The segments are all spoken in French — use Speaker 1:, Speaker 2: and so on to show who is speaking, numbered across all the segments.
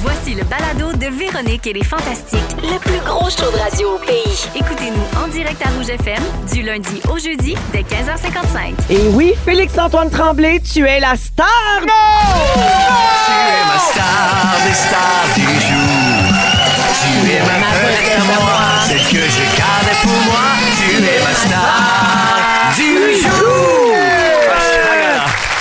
Speaker 1: Voici le balado de Véronique et les Fantastiques, le plus gros show de radio au pays. Écoutez-nous en direct à Rouge FM du lundi au jeudi dès 15h55.
Speaker 2: Et oui, Félix-Antoine Tremblay, tu es la star!
Speaker 3: Tu es ma star des stars du jour. Tu es ma vedette à moi, celle que je gardais pour moi. Tu es ma star du jour.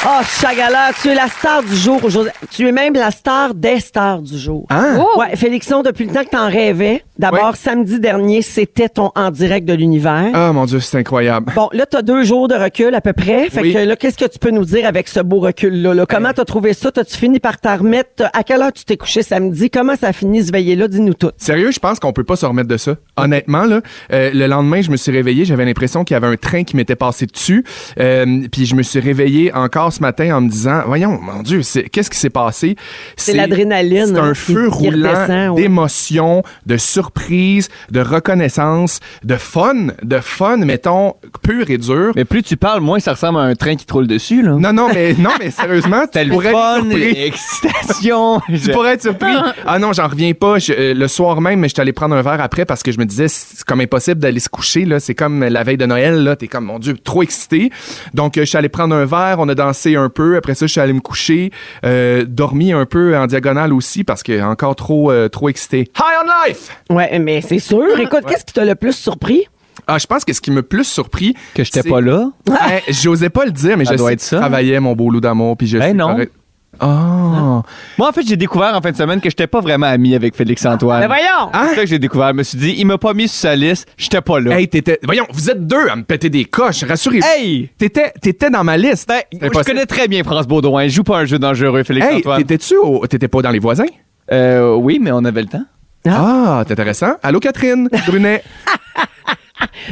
Speaker 2: Oh, Chagala, tu es la star du jour aujourd'hui. Tu es même la star des stars du jour.
Speaker 3: Hein?
Speaker 2: Ouais, Félixon, depuis le temps que t'en rêvais, d'abord, samedi dernier, c'était ton en direct de l'univers.
Speaker 4: Ah mon dieu, c'est incroyable.
Speaker 2: Bon, là, t'as deux jours de recul à peu près. Fait
Speaker 4: Oui.
Speaker 2: que là, qu'est-ce que tu peux nous dire avec ce beau recul-là? là? Comment t'as trouvé ça? T'as-tu fini par t'en remettre? À quelle heure tu t'es couché samedi? Comment ça a fini ce veillé-là? Dis-nous tout.
Speaker 4: Sérieux, je pense qu'on peut pas se remettre de ça. Honnêtement, là, euh, le lendemain, je me suis réveillé, j'avais l'impression qu'il y avait un train qui m'était passé dessus. Euh, puis je me suis réveillé encore ce matin en me disant, voyons, mon Dieu, c'est- qu'est-ce qui s'est passé C'est
Speaker 2: l'adrénaline,
Speaker 4: C'est
Speaker 2: hein,
Speaker 4: un
Speaker 2: qui-
Speaker 4: feu
Speaker 2: qui redescend,
Speaker 4: roulant
Speaker 2: ouais.
Speaker 4: d'émotion, de surprise, de reconnaissance, de fun, de fun, mettons pur et dur.
Speaker 5: Mais plus tu parles, moins ça ressemble à un train qui troule dessus, là.
Speaker 4: Non, non, mais non, mais sérieusement,
Speaker 5: T'as
Speaker 4: tu
Speaker 5: le
Speaker 4: pourrais être
Speaker 5: fun,
Speaker 4: surpris.
Speaker 5: l'excitation.
Speaker 4: Tu pourrais être surpris. Ah non, j'en reviens pas. Je- euh, le soir même, je suis allé prendre un verre après parce que je me disais, c'est comme impossible d'aller se coucher. là. C'est comme la veille de Noël. là. T'es comme, mon Dieu, trop excité. Donc, euh, je suis allé prendre un verre. On a dansé un peu. Après ça, je suis allé me coucher. Euh, dormi un peu en diagonale aussi parce que encore trop, euh, trop excité. High on life!
Speaker 2: Ouais, mais c'est sûr. Écoute, qu'est-ce qui t'a le plus surpris?
Speaker 4: Ah, je pense que ce qui m'a plus surpris.
Speaker 5: Que j'étais
Speaker 4: c'est-
Speaker 5: pas là.
Speaker 4: Ben, J'osais pas le dire, mais
Speaker 5: Ça
Speaker 4: je
Speaker 5: doit
Speaker 4: sais
Speaker 5: être
Speaker 4: que tu
Speaker 5: ça.
Speaker 4: travaillais, mon beau loup d'amour. Puis je
Speaker 5: Ben
Speaker 4: suis
Speaker 5: non.
Speaker 4: correct. Ah!
Speaker 5: Moi, en fait, j'ai découvert en fin de semaine que j'étais pas vraiment ami avec Félix-Antoine.
Speaker 2: Mais Ben, voyons!
Speaker 5: C'est ça que j'ai découvert. Je me suis dit, il m'a pas mis sur sa liste, j'étais pas là.
Speaker 4: Hey, t'étais. Voyons, vous êtes deux à me péter des coches, rassurez-vous.
Speaker 5: Hey!
Speaker 4: T'étais, t'étais dans ma liste.
Speaker 5: Ben,
Speaker 4: C'est
Speaker 5: je
Speaker 4: impossible.
Speaker 5: connais très bien France Baudouin. Il joue pas un jeu dangereux,
Speaker 4: Hey,
Speaker 5: Félix-Antoine.
Speaker 4: t'étais-tu au... T'étais pas dans les voisins?
Speaker 5: Euh, oui, mais on avait le temps.
Speaker 4: Ah, t'es intéressant. Allô, Catherine, Brunet.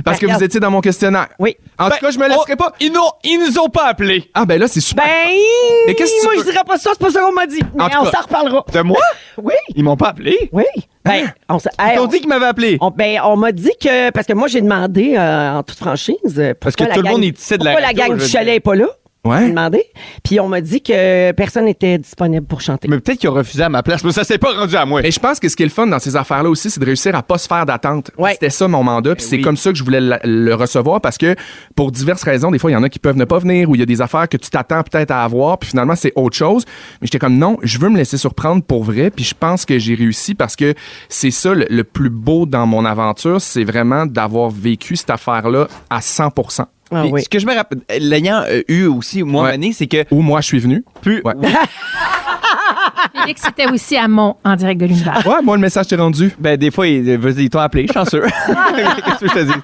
Speaker 4: Parce que vous
Speaker 2: regarde.
Speaker 4: étiez dans mon questionnaire.
Speaker 2: Oui.
Speaker 4: En tout cas, je me laisserai pas.
Speaker 5: Oh, Ils, n'ont- ils nous ont pas appelés.
Speaker 4: Ah, ben là, c'est super.
Speaker 2: Ben,
Speaker 4: Mais qu'est-ce que tu
Speaker 2: moi,
Speaker 4: veux?
Speaker 2: je dirais pas ça, c'est pas ça qu'on m'a dit. Mais
Speaker 4: En tout
Speaker 2: on
Speaker 4: cas-
Speaker 2: s'en reparlera.
Speaker 5: De moi?
Speaker 2: Oui,
Speaker 5: Ils m'ont pas appelé.
Speaker 2: oui. Ben, on s'en- hey,
Speaker 5: Ils
Speaker 2: on-
Speaker 5: t'ont dit qu'ils m'avaient appelé.
Speaker 2: on- ben, on m'a dit que... Parce que moi, j'ai demandé, euh, en toute franchise, euh,
Speaker 5: Parce que
Speaker 2: pourquoi la
Speaker 5: tout le
Speaker 2: gang-
Speaker 5: monde est ici de la
Speaker 2: Pourquoi la
Speaker 5: radio,
Speaker 2: gang
Speaker 5: je
Speaker 2: du
Speaker 5: veux
Speaker 2: chalet
Speaker 5: dire.
Speaker 2: n'est pas là? J'ai
Speaker 4: Ouais.
Speaker 2: demandé. Puis on m'a dit que personne n'était disponible pour chanter.
Speaker 5: Mais peut-être qu'ils ont refusé à ma place, mais ça s'est pas rendu à moi.
Speaker 4: Mais je pense que ce qui est le fun dans ces affaires-là aussi, c'est de réussir à pas se faire d'attente.
Speaker 2: Ouais.
Speaker 4: C'était ça mon mandat, puis c'est
Speaker 5: oui.
Speaker 4: comme ça que je voulais la- le recevoir parce que pour diverses raisons, des fois il y en a qui peuvent ne pas venir ou il y a des affaires que tu t'attends peut-être à avoir, puis finalement c'est autre chose. Mais j'étais comme non, je veux me laisser surprendre pour vrai, puis je pense que j'ai réussi parce que c'est ça le, le plus beau dans mon aventure, c'est vraiment d'avoir vécu cette affaire-là à 100%.
Speaker 2: Ah
Speaker 5: Puis
Speaker 2: oui.
Speaker 5: Ce que je me rappelle, l'ayant euh, eu aussi, moi,
Speaker 4: Ouais.
Speaker 5: Mané, c'est que
Speaker 4: Où moi je suis venu.
Speaker 5: plus.
Speaker 4: Ouais.
Speaker 6: Félix était aussi à Mont en direct de l'univers.
Speaker 4: Ouais, moi le message t'est rendu.
Speaker 5: Ben, des fois, ils, vas-y, ils t'ont appelé, chanceux. Qu'est-ce que je te dis?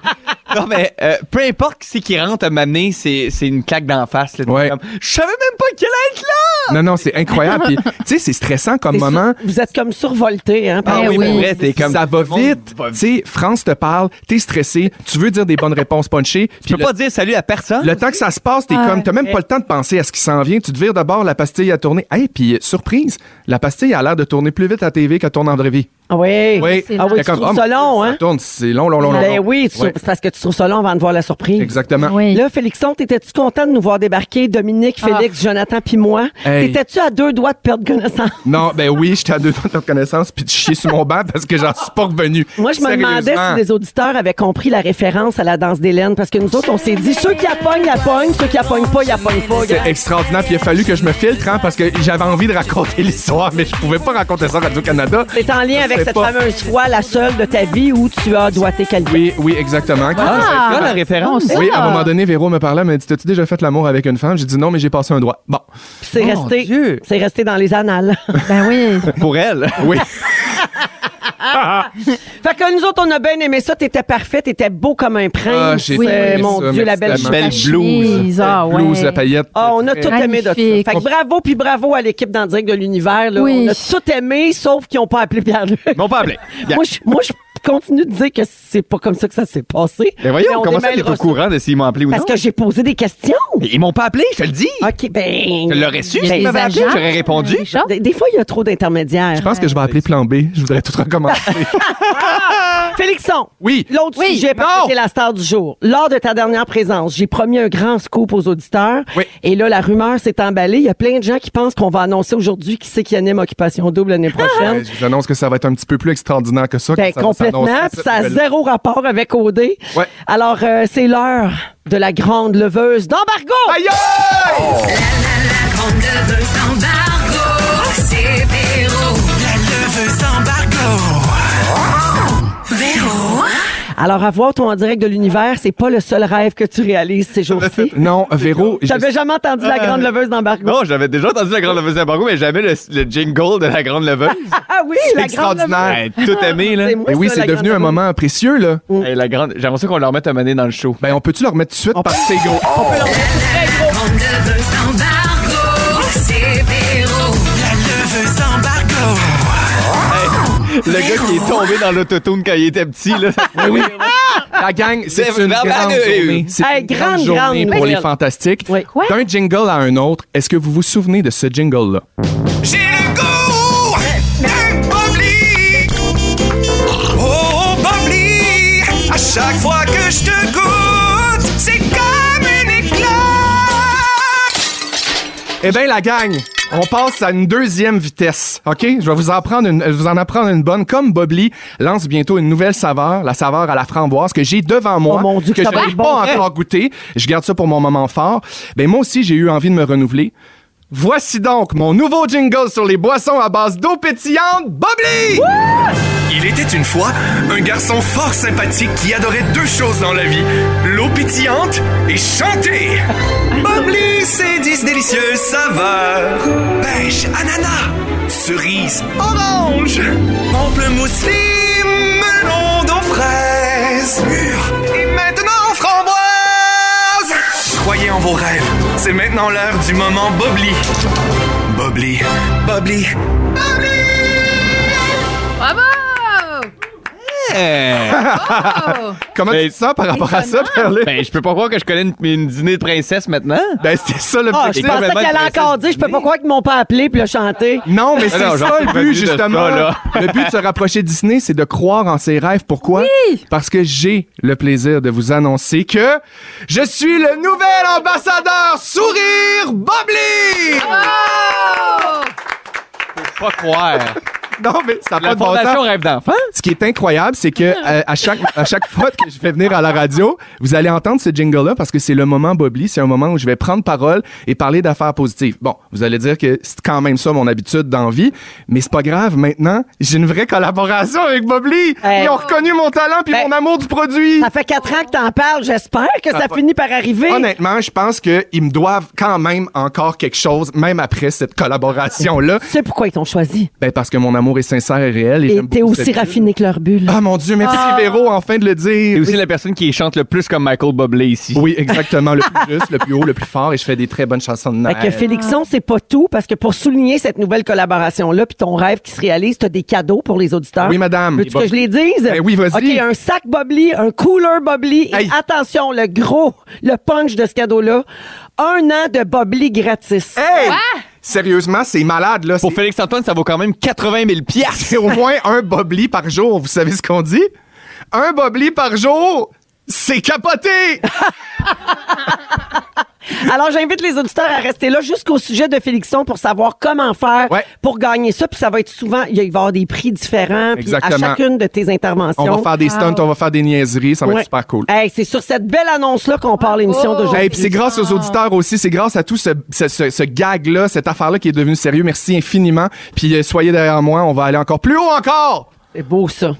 Speaker 5: Non, mais euh, peu importe qui c'est qui rentre à m'amener, c'est, c'est une claque d'en face. Là, T'es
Speaker 4: Ouais.
Speaker 5: comme, je savais même pas qu'il allait être là!
Speaker 4: Non non, c'est incroyable. puis, Tu sais, c'est stressant comme
Speaker 2: C'est sûr-
Speaker 4: moment.
Speaker 2: Vous êtes comme survolté, hein? par-
Speaker 6: Ah
Speaker 5: Ah
Speaker 6: oui.
Speaker 5: oui, pour vrai, t'es comme.
Speaker 4: ça va
Speaker 5: tout le monde
Speaker 4: vite.
Speaker 5: va
Speaker 4: Tu sais, France te parle, t'es stressé, tu veux dire des bonnes réponses punchées.
Speaker 5: Tu
Speaker 4: Puis
Speaker 5: peux
Speaker 4: le,
Speaker 5: pas dire salut à personne.
Speaker 4: le temps que ça se passe, t'es
Speaker 6: Ouais.
Speaker 4: comme, t'as même pas le temps de penser à ce qui s'en vient. Tu te vires d'abord la pastille à tourner. Hey, puis euh, surprise, la pastille a l'air de tourner plus vite à TV qu'à tourne en vraie vie.
Speaker 2: Ah oui.
Speaker 4: Oui,
Speaker 6: c'est
Speaker 2: Ah oui,
Speaker 4: T'es oh,
Speaker 2: tu trouves
Speaker 5: oh,
Speaker 2: ça long,
Speaker 4: ça
Speaker 2: hein?
Speaker 4: tourne, c'est long, long, long, long.
Speaker 2: Ben
Speaker 4: long.
Speaker 2: oui, tu-
Speaker 4: Ouais,
Speaker 2: c'est parce que tu trouves ça long avant de voir la surprise.
Speaker 4: Exactement.
Speaker 6: Oui.
Speaker 2: Là, Félixon, t'étais-tu content de nous voir débarquer, Dominique,
Speaker 6: Ah.
Speaker 2: Félix, Jonathan puis moi?
Speaker 4: Hey.
Speaker 2: T'étais-tu à deux doigts de perdre connaissance?
Speaker 4: Non, ben oui, j'étais à deux doigts de reconnaissance puis de chier sur mon banc parce que j'en suis pas revenu.
Speaker 2: Moi, je me demandais
Speaker 4: Sérieusement.
Speaker 2: si les auditeurs avaient compris la référence à la danse d'Hélène, parce que nous autres, on s'est dit, ceux qui appognent, appognent, ceux qui appognent pas, ils appognent pas.
Speaker 4: C'est extraordinaire, puis il a fallu que je me filtre, hein, parce que j'avais envie de raconter l'histoire, mais je pouvais pas raconter ça à Radio-Canada.
Speaker 2: C'est en lien
Speaker 4: Je
Speaker 2: avec
Speaker 4: sais
Speaker 2: cette
Speaker 4: pas.
Speaker 2: fameuse fois, la seule de ta vie, où tu as doigté quelqu'un.
Speaker 4: Oui, oui, exactement.
Speaker 5: Ah, c'est ça, la référence.
Speaker 6: Bon, ça.
Speaker 4: Oui, à un moment donné, Véro me parlait, elle m'a dit T'as-tu déjà fait l'amour avec une femme J'ai dit non, mais j'ai passé un doigt. Bon.
Speaker 2: Puis C'est
Speaker 5: Mon
Speaker 2: resté,
Speaker 5: Dieu.
Speaker 2: c'est resté dans les annales.
Speaker 6: Ben oui.
Speaker 5: Pour elle.
Speaker 4: Oui.
Speaker 2: Fait que nous autres, on a bien aimé ça. T'étais parfait, t'étais beau comme un
Speaker 4: Ah,
Speaker 2: prince.
Speaker 4: j'ai
Speaker 2: Euh,
Speaker 4: aimé
Speaker 2: mon
Speaker 4: ça,
Speaker 2: Dieu, la
Speaker 4: merci
Speaker 6: La
Speaker 4: tellement.
Speaker 2: belle
Speaker 5: Belle blouse.
Speaker 6: chemise, ah ouais.
Speaker 4: Blouse, la paillette.
Speaker 2: Ah, on a tout aimé de ça. Fait
Speaker 6: Magnifique.
Speaker 2: que bravo, puis bravo à l'équipe d'En direct de l'univers. là.
Speaker 6: Oui.
Speaker 2: On a tout aimé, sauf qu'ils n'ont pas appelé Pierre-Luc.
Speaker 5: Mon pas appelé. Bien.
Speaker 2: Moi, je, moi, je continue de dire que c'est pas comme ça que ça s'est passé.
Speaker 5: Ben
Speaker 2: Mais on
Speaker 5: voyons, comment ça, t'es
Speaker 2: démêlera
Speaker 5: au courant de s'ils m'ont appelé ou
Speaker 2: Parce
Speaker 5: non?
Speaker 2: que j'ai posé des questions.
Speaker 5: Ils m'ont pas appelé, je te le dis.
Speaker 2: OK, ben...
Speaker 5: Je l'aurais su,
Speaker 6: Il y a
Speaker 5: s'ils
Speaker 6: des
Speaker 5: m'avaient appelé,
Speaker 6: agents,
Speaker 5: j'aurais répondu.
Speaker 6: Richard?
Speaker 2: Des, des fois, il y a trop
Speaker 4: Je
Speaker 2: d'intermédiaires.
Speaker 4: pense que je vais appeler plan B. Je voudrais tout recommencer.
Speaker 2: Félixon,
Speaker 4: Oui.
Speaker 2: l'autre
Speaker 6: Oui.
Speaker 2: sujet, parce que
Speaker 4: Non.
Speaker 2: t'es la star du jour. Lors de ta dernière présence, j'ai promis un grand scoop aux auditeurs.
Speaker 4: Oui.
Speaker 2: Et là, la rumeur s'est emballée. Il y a plein de gens qui pensent qu'on va annoncer aujourd'hui qui c'est qui anime Occupation Double l'année prochaine.
Speaker 4: Euh, je vous annonse que ça va être un petit peu plus extraordinaire que ça.
Speaker 2: Ben,
Speaker 4: quand ça va
Speaker 2: complètement,
Speaker 4: s'annoncer,
Speaker 2: puis
Speaker 4: cette
Speaker 2: ça a
Speaker 4: nouvelle-là.
Speaker 2: zéro rapport avec OD.
Speaker 4: Ouais.
Speaker 2: Alors, euh, c'est l'heure de la grande leveuse d'embargo.
Speaker 4: Aïe, aïe!
Speaker 1: La grande leveuse d'embargo, c'est Véro.
Speaker 3: La leveuse embargo.
Speaker 1: Véro.
Speaker 2: Alors, avoir ton en direct de l'univers, c'est pas le seul rêve que tu réalises ces jours-ci.
Speaker 4: Non, Véro, je-
Speaker 2: J'avais jamais entendu la grande
Speaker 4: Euh,
Speaker 2: leveuse d'embargo.
Speaker 5: Non, j'avais déjà entendu la grande leveuse d'embargo, mais jamais le, le jingle de la grande leveuse.
Speaker 2: Ah oui, la grande leveuse.
Speaker 4: extraordinaire.
Speaker 5: Hey, tout aimé, là.
Speaker 2: C'est moi,
Speaker 4: Mais oui,
Speaker 2: ça,
Speaker 4: c'est
Speaker 2: la
Speaker 4: devenu
Speaker 2: grande Mm.
Speaker 4: un moment précieux, là.
Speaker 5: Hey, la grande... J'aimerais ça qu'on leur mette un mané dans le show.
Speaker 4: Ben, on peut-tu le remettre tout de suite parce que c'est gros?
Speaker 1: La grande leveuse d'embargo, c'est Véro.
Speaker 3: La leveuse embargo.
Speaker 5: Le gars qui est tombé dans l'autotune quand il était petit, là.
Speaker 4: oui, oui. La gang, c'est
Speaker 5: C'est
Speaker 4: une
Speaker 5: vraiment
Speaker 4: grande
Speaker 5: mieux.
Speaker 4: journée. C'est
Speaker 2: Hey,
Speaker 4: une
Speaker 2: grande,
Speaker 4: grande journée
Speaker 2: grande
Speaker 4: pour les
Speaker 2: nouvelle.
Speaker 4: fantastiques.
Speaker 2: Oui.
Speaker 6: Quoi?
Speaker 4: D'un jingle à un autre, est-ce que vous vous souvenez de ce jingle-là?
Speaker 3: J'ai le goût d'un bubbly. Oh, bubbly. À chaque fois que je te goûte, c'est comme un éclat.
Speaker 4: Eh bien, la gang, on passe à une deuxième vitesse, OK? Je vais vous en, prendre une, je vais vous en apprendre une bonne. Comme Bob Lee lance bientôt une nouvelle saveur, la saveur à la framboise, que j'ai devant moi,
Speaker 2: Oh mon Dieu,
Speaker 4: que
Speaker 2: ça
Speaker 4: je
Speaker 2: va être
Speaker 4: n'ai
Speaker 2: bon. hein?
Speaker 4: pas encore goûté. Je garde ça pour mon moment fort. Ben, moi aussi, j'ai eu envie de me renouveler. Voici donc mon nouveau jingle sur les boissons à base d'eau pétillante, Bob Lee!
Speaker 3: Il était une fois un garçon fort sympathique qui adorait deux choses dans la vie l'eau pétillante et chanter. Bubbly, c'est dix délicieuses saveurs pêche, ananas, cerise, orange, pamplemousse, lime, melon d'eau fraise, mûre et maintenant framboise. Croyez en vos rêves, c'est maintenant l'heure du moment Bobli. Bobli, Bobli.
Speaker 6: Bravo! Oh!
Speaker 4: Comment
Speaker 5: Ben,
Speaker 4: tu te sens par rapport à ça, pierre
Speaker 5: Ben, je peux pas croire que je connais une, une dîner de princesse maintenant.
Speaker 4: Ben, c'était ça
Speaker 2: Ah, je
Speaker 4: l'objectif.
Speaker 2: pensais
Speaker 5: complètement
Speaker 2: qu'elle allait
Speaker 5: dépassé.
Speaker 2: encore dire, je peux pas croire qu'ils m'ont pas appelé puis le chanter.
Speaker 4: Non, mais c'est
Speaker 5: Ah non,
Speaker 4: ça
Speaker 5: j'en suis
Speaker 4: le
Speaker 5: revenu
Speaker 4: but,
Speaker 5: de
Speaker 4: justement.
Speaker 5: ça, là.
Speaker 4: le but de se rapprocher de Disney, c'est de croire en ses rêves. Pourquoi? Parce que j'ai le plaisir de vous annoncer que je suis le nouvel ambassadeur Sourire Bobli!
Speaker 5: Faut pas croire.
Speaker 4: Non, mais ça n'a pas
Speaker 5: La
Speaker 4: de bon sens.
Speaker 5: fondation rêve d'enfant.
Speaker 4: Ce qui est incroyable, c'est que euh, à chaque à chaque fois que je vais venir à la radio, vous allez entendre ce jingle-là parce que c'est le moment Bobli, c'est un moment où je vais prendre parole et parler d'affaires positives. Bon, vous allez dire que c'est quand même ça mon habitude dans vie, mais c'est pas grave. Maintenant, j'ai une vraie collaboration avec Bobli.
Speaker 2: Hey.
Speaker 4: Ils ont reconnu mon talent puis
Speaker 2: Ben,
Speaker 4: mon amour du produit.
Speaker 2: Ça fait quatre ans que t'en parles, j'espère que ça,
Speaker 4: Ah, pas-
Speaker 2: finit par arriver.
Speaker 4: Honnêtement, je pense qu'ils me doivent quand même encore quelque chose, même après cette collaboration-là.
Speaker 2: Tu sais pourquoi ils t'ont choisi.
Speaker 4: Ben parce que mon amour est sincère et réel. Et,
Speaker 2: Et
Speaker 4: j'aime
Speaker 2: t'es
Speaker 4: beaucoup
Speaker 2: aussi
Speaker 4: cette-
Speaker 2: raffiné que leur bulle.
Speaker 4: Ah mon Dieu, merci Véro, enfin de le dire.
Speaker 5: C'est aussi la personne qui chante le plus comme Michael Bublé ici.
Speaker 4: Oui, exactement. Le plus juste, le plus haut, le plus fort. Et je fais des très bonnes chansons de
Speaker 2: Fait
Speaker 4: Noël.
Speaker 2: que Félixon, c'est pas tout, parce que pour souligner cette nouvelle collaboration-là, puis ton rêve qui se réalise, t'as des cadeaux pour les auditeurs.
Speaker 4: Oui, madame.
Speaker 2: Veux-tu
Speaker 4: Bob-
Speaker 2: que je les dise?
Speaker 4: Ben oui, vas-y.
Speaker 2: OK, un sac Bobli, un cooler Bobli. Et
Speaker 4: Hey.
Speaker 2: attention, le gros, le punch de ce cadeau-là, un an de Bobli gratis.
Speaker 4: Hey! Sérieusement, c'est malade, là.
Speaker 5: Pour
Speaker 4: C'est-
Speaker 5: Félix Antoine, ça vaut quand même 80 000 piastres.
Speaker 4: C'est au moins un bobli par jour. Vous savez ce qu'on dit? Un bobli par jour, c'est capoté!
Speaker 2: Alors, j'invite les auditeurs à rester là jusqu'au sujet de Félixon pour savoir comment faire
Speaker 4: Ouais.
Speaker 2: pour gagner ça. Puis ça va être souvent, il va y avoir des prix différents puis à
Speaker 4: Exactement.
Speaker 2: chacune de tes interventions.
Speaker 4: On va faire des stunts, on va faire des niaiseries. Ça va
Speaker 2: Ouais. Ah,
Speaker 4: être super cool. Oh.
Speaker 2: Hey, c'est sur cette belle annonce-là qu'on part l'émission d'aujourd'hui.
Speaker 4: Hey, puis c'est grâce aux auditeurs aussi, c'est grâce à tout ce, ce, ce- ce gag-là, cette affaire-là qui est devenue sérieux. Merci infiniment. Puis euh, soyez derrière moi, on va aller encore plus haut encore!
Speaker 2: C'est beau, ça.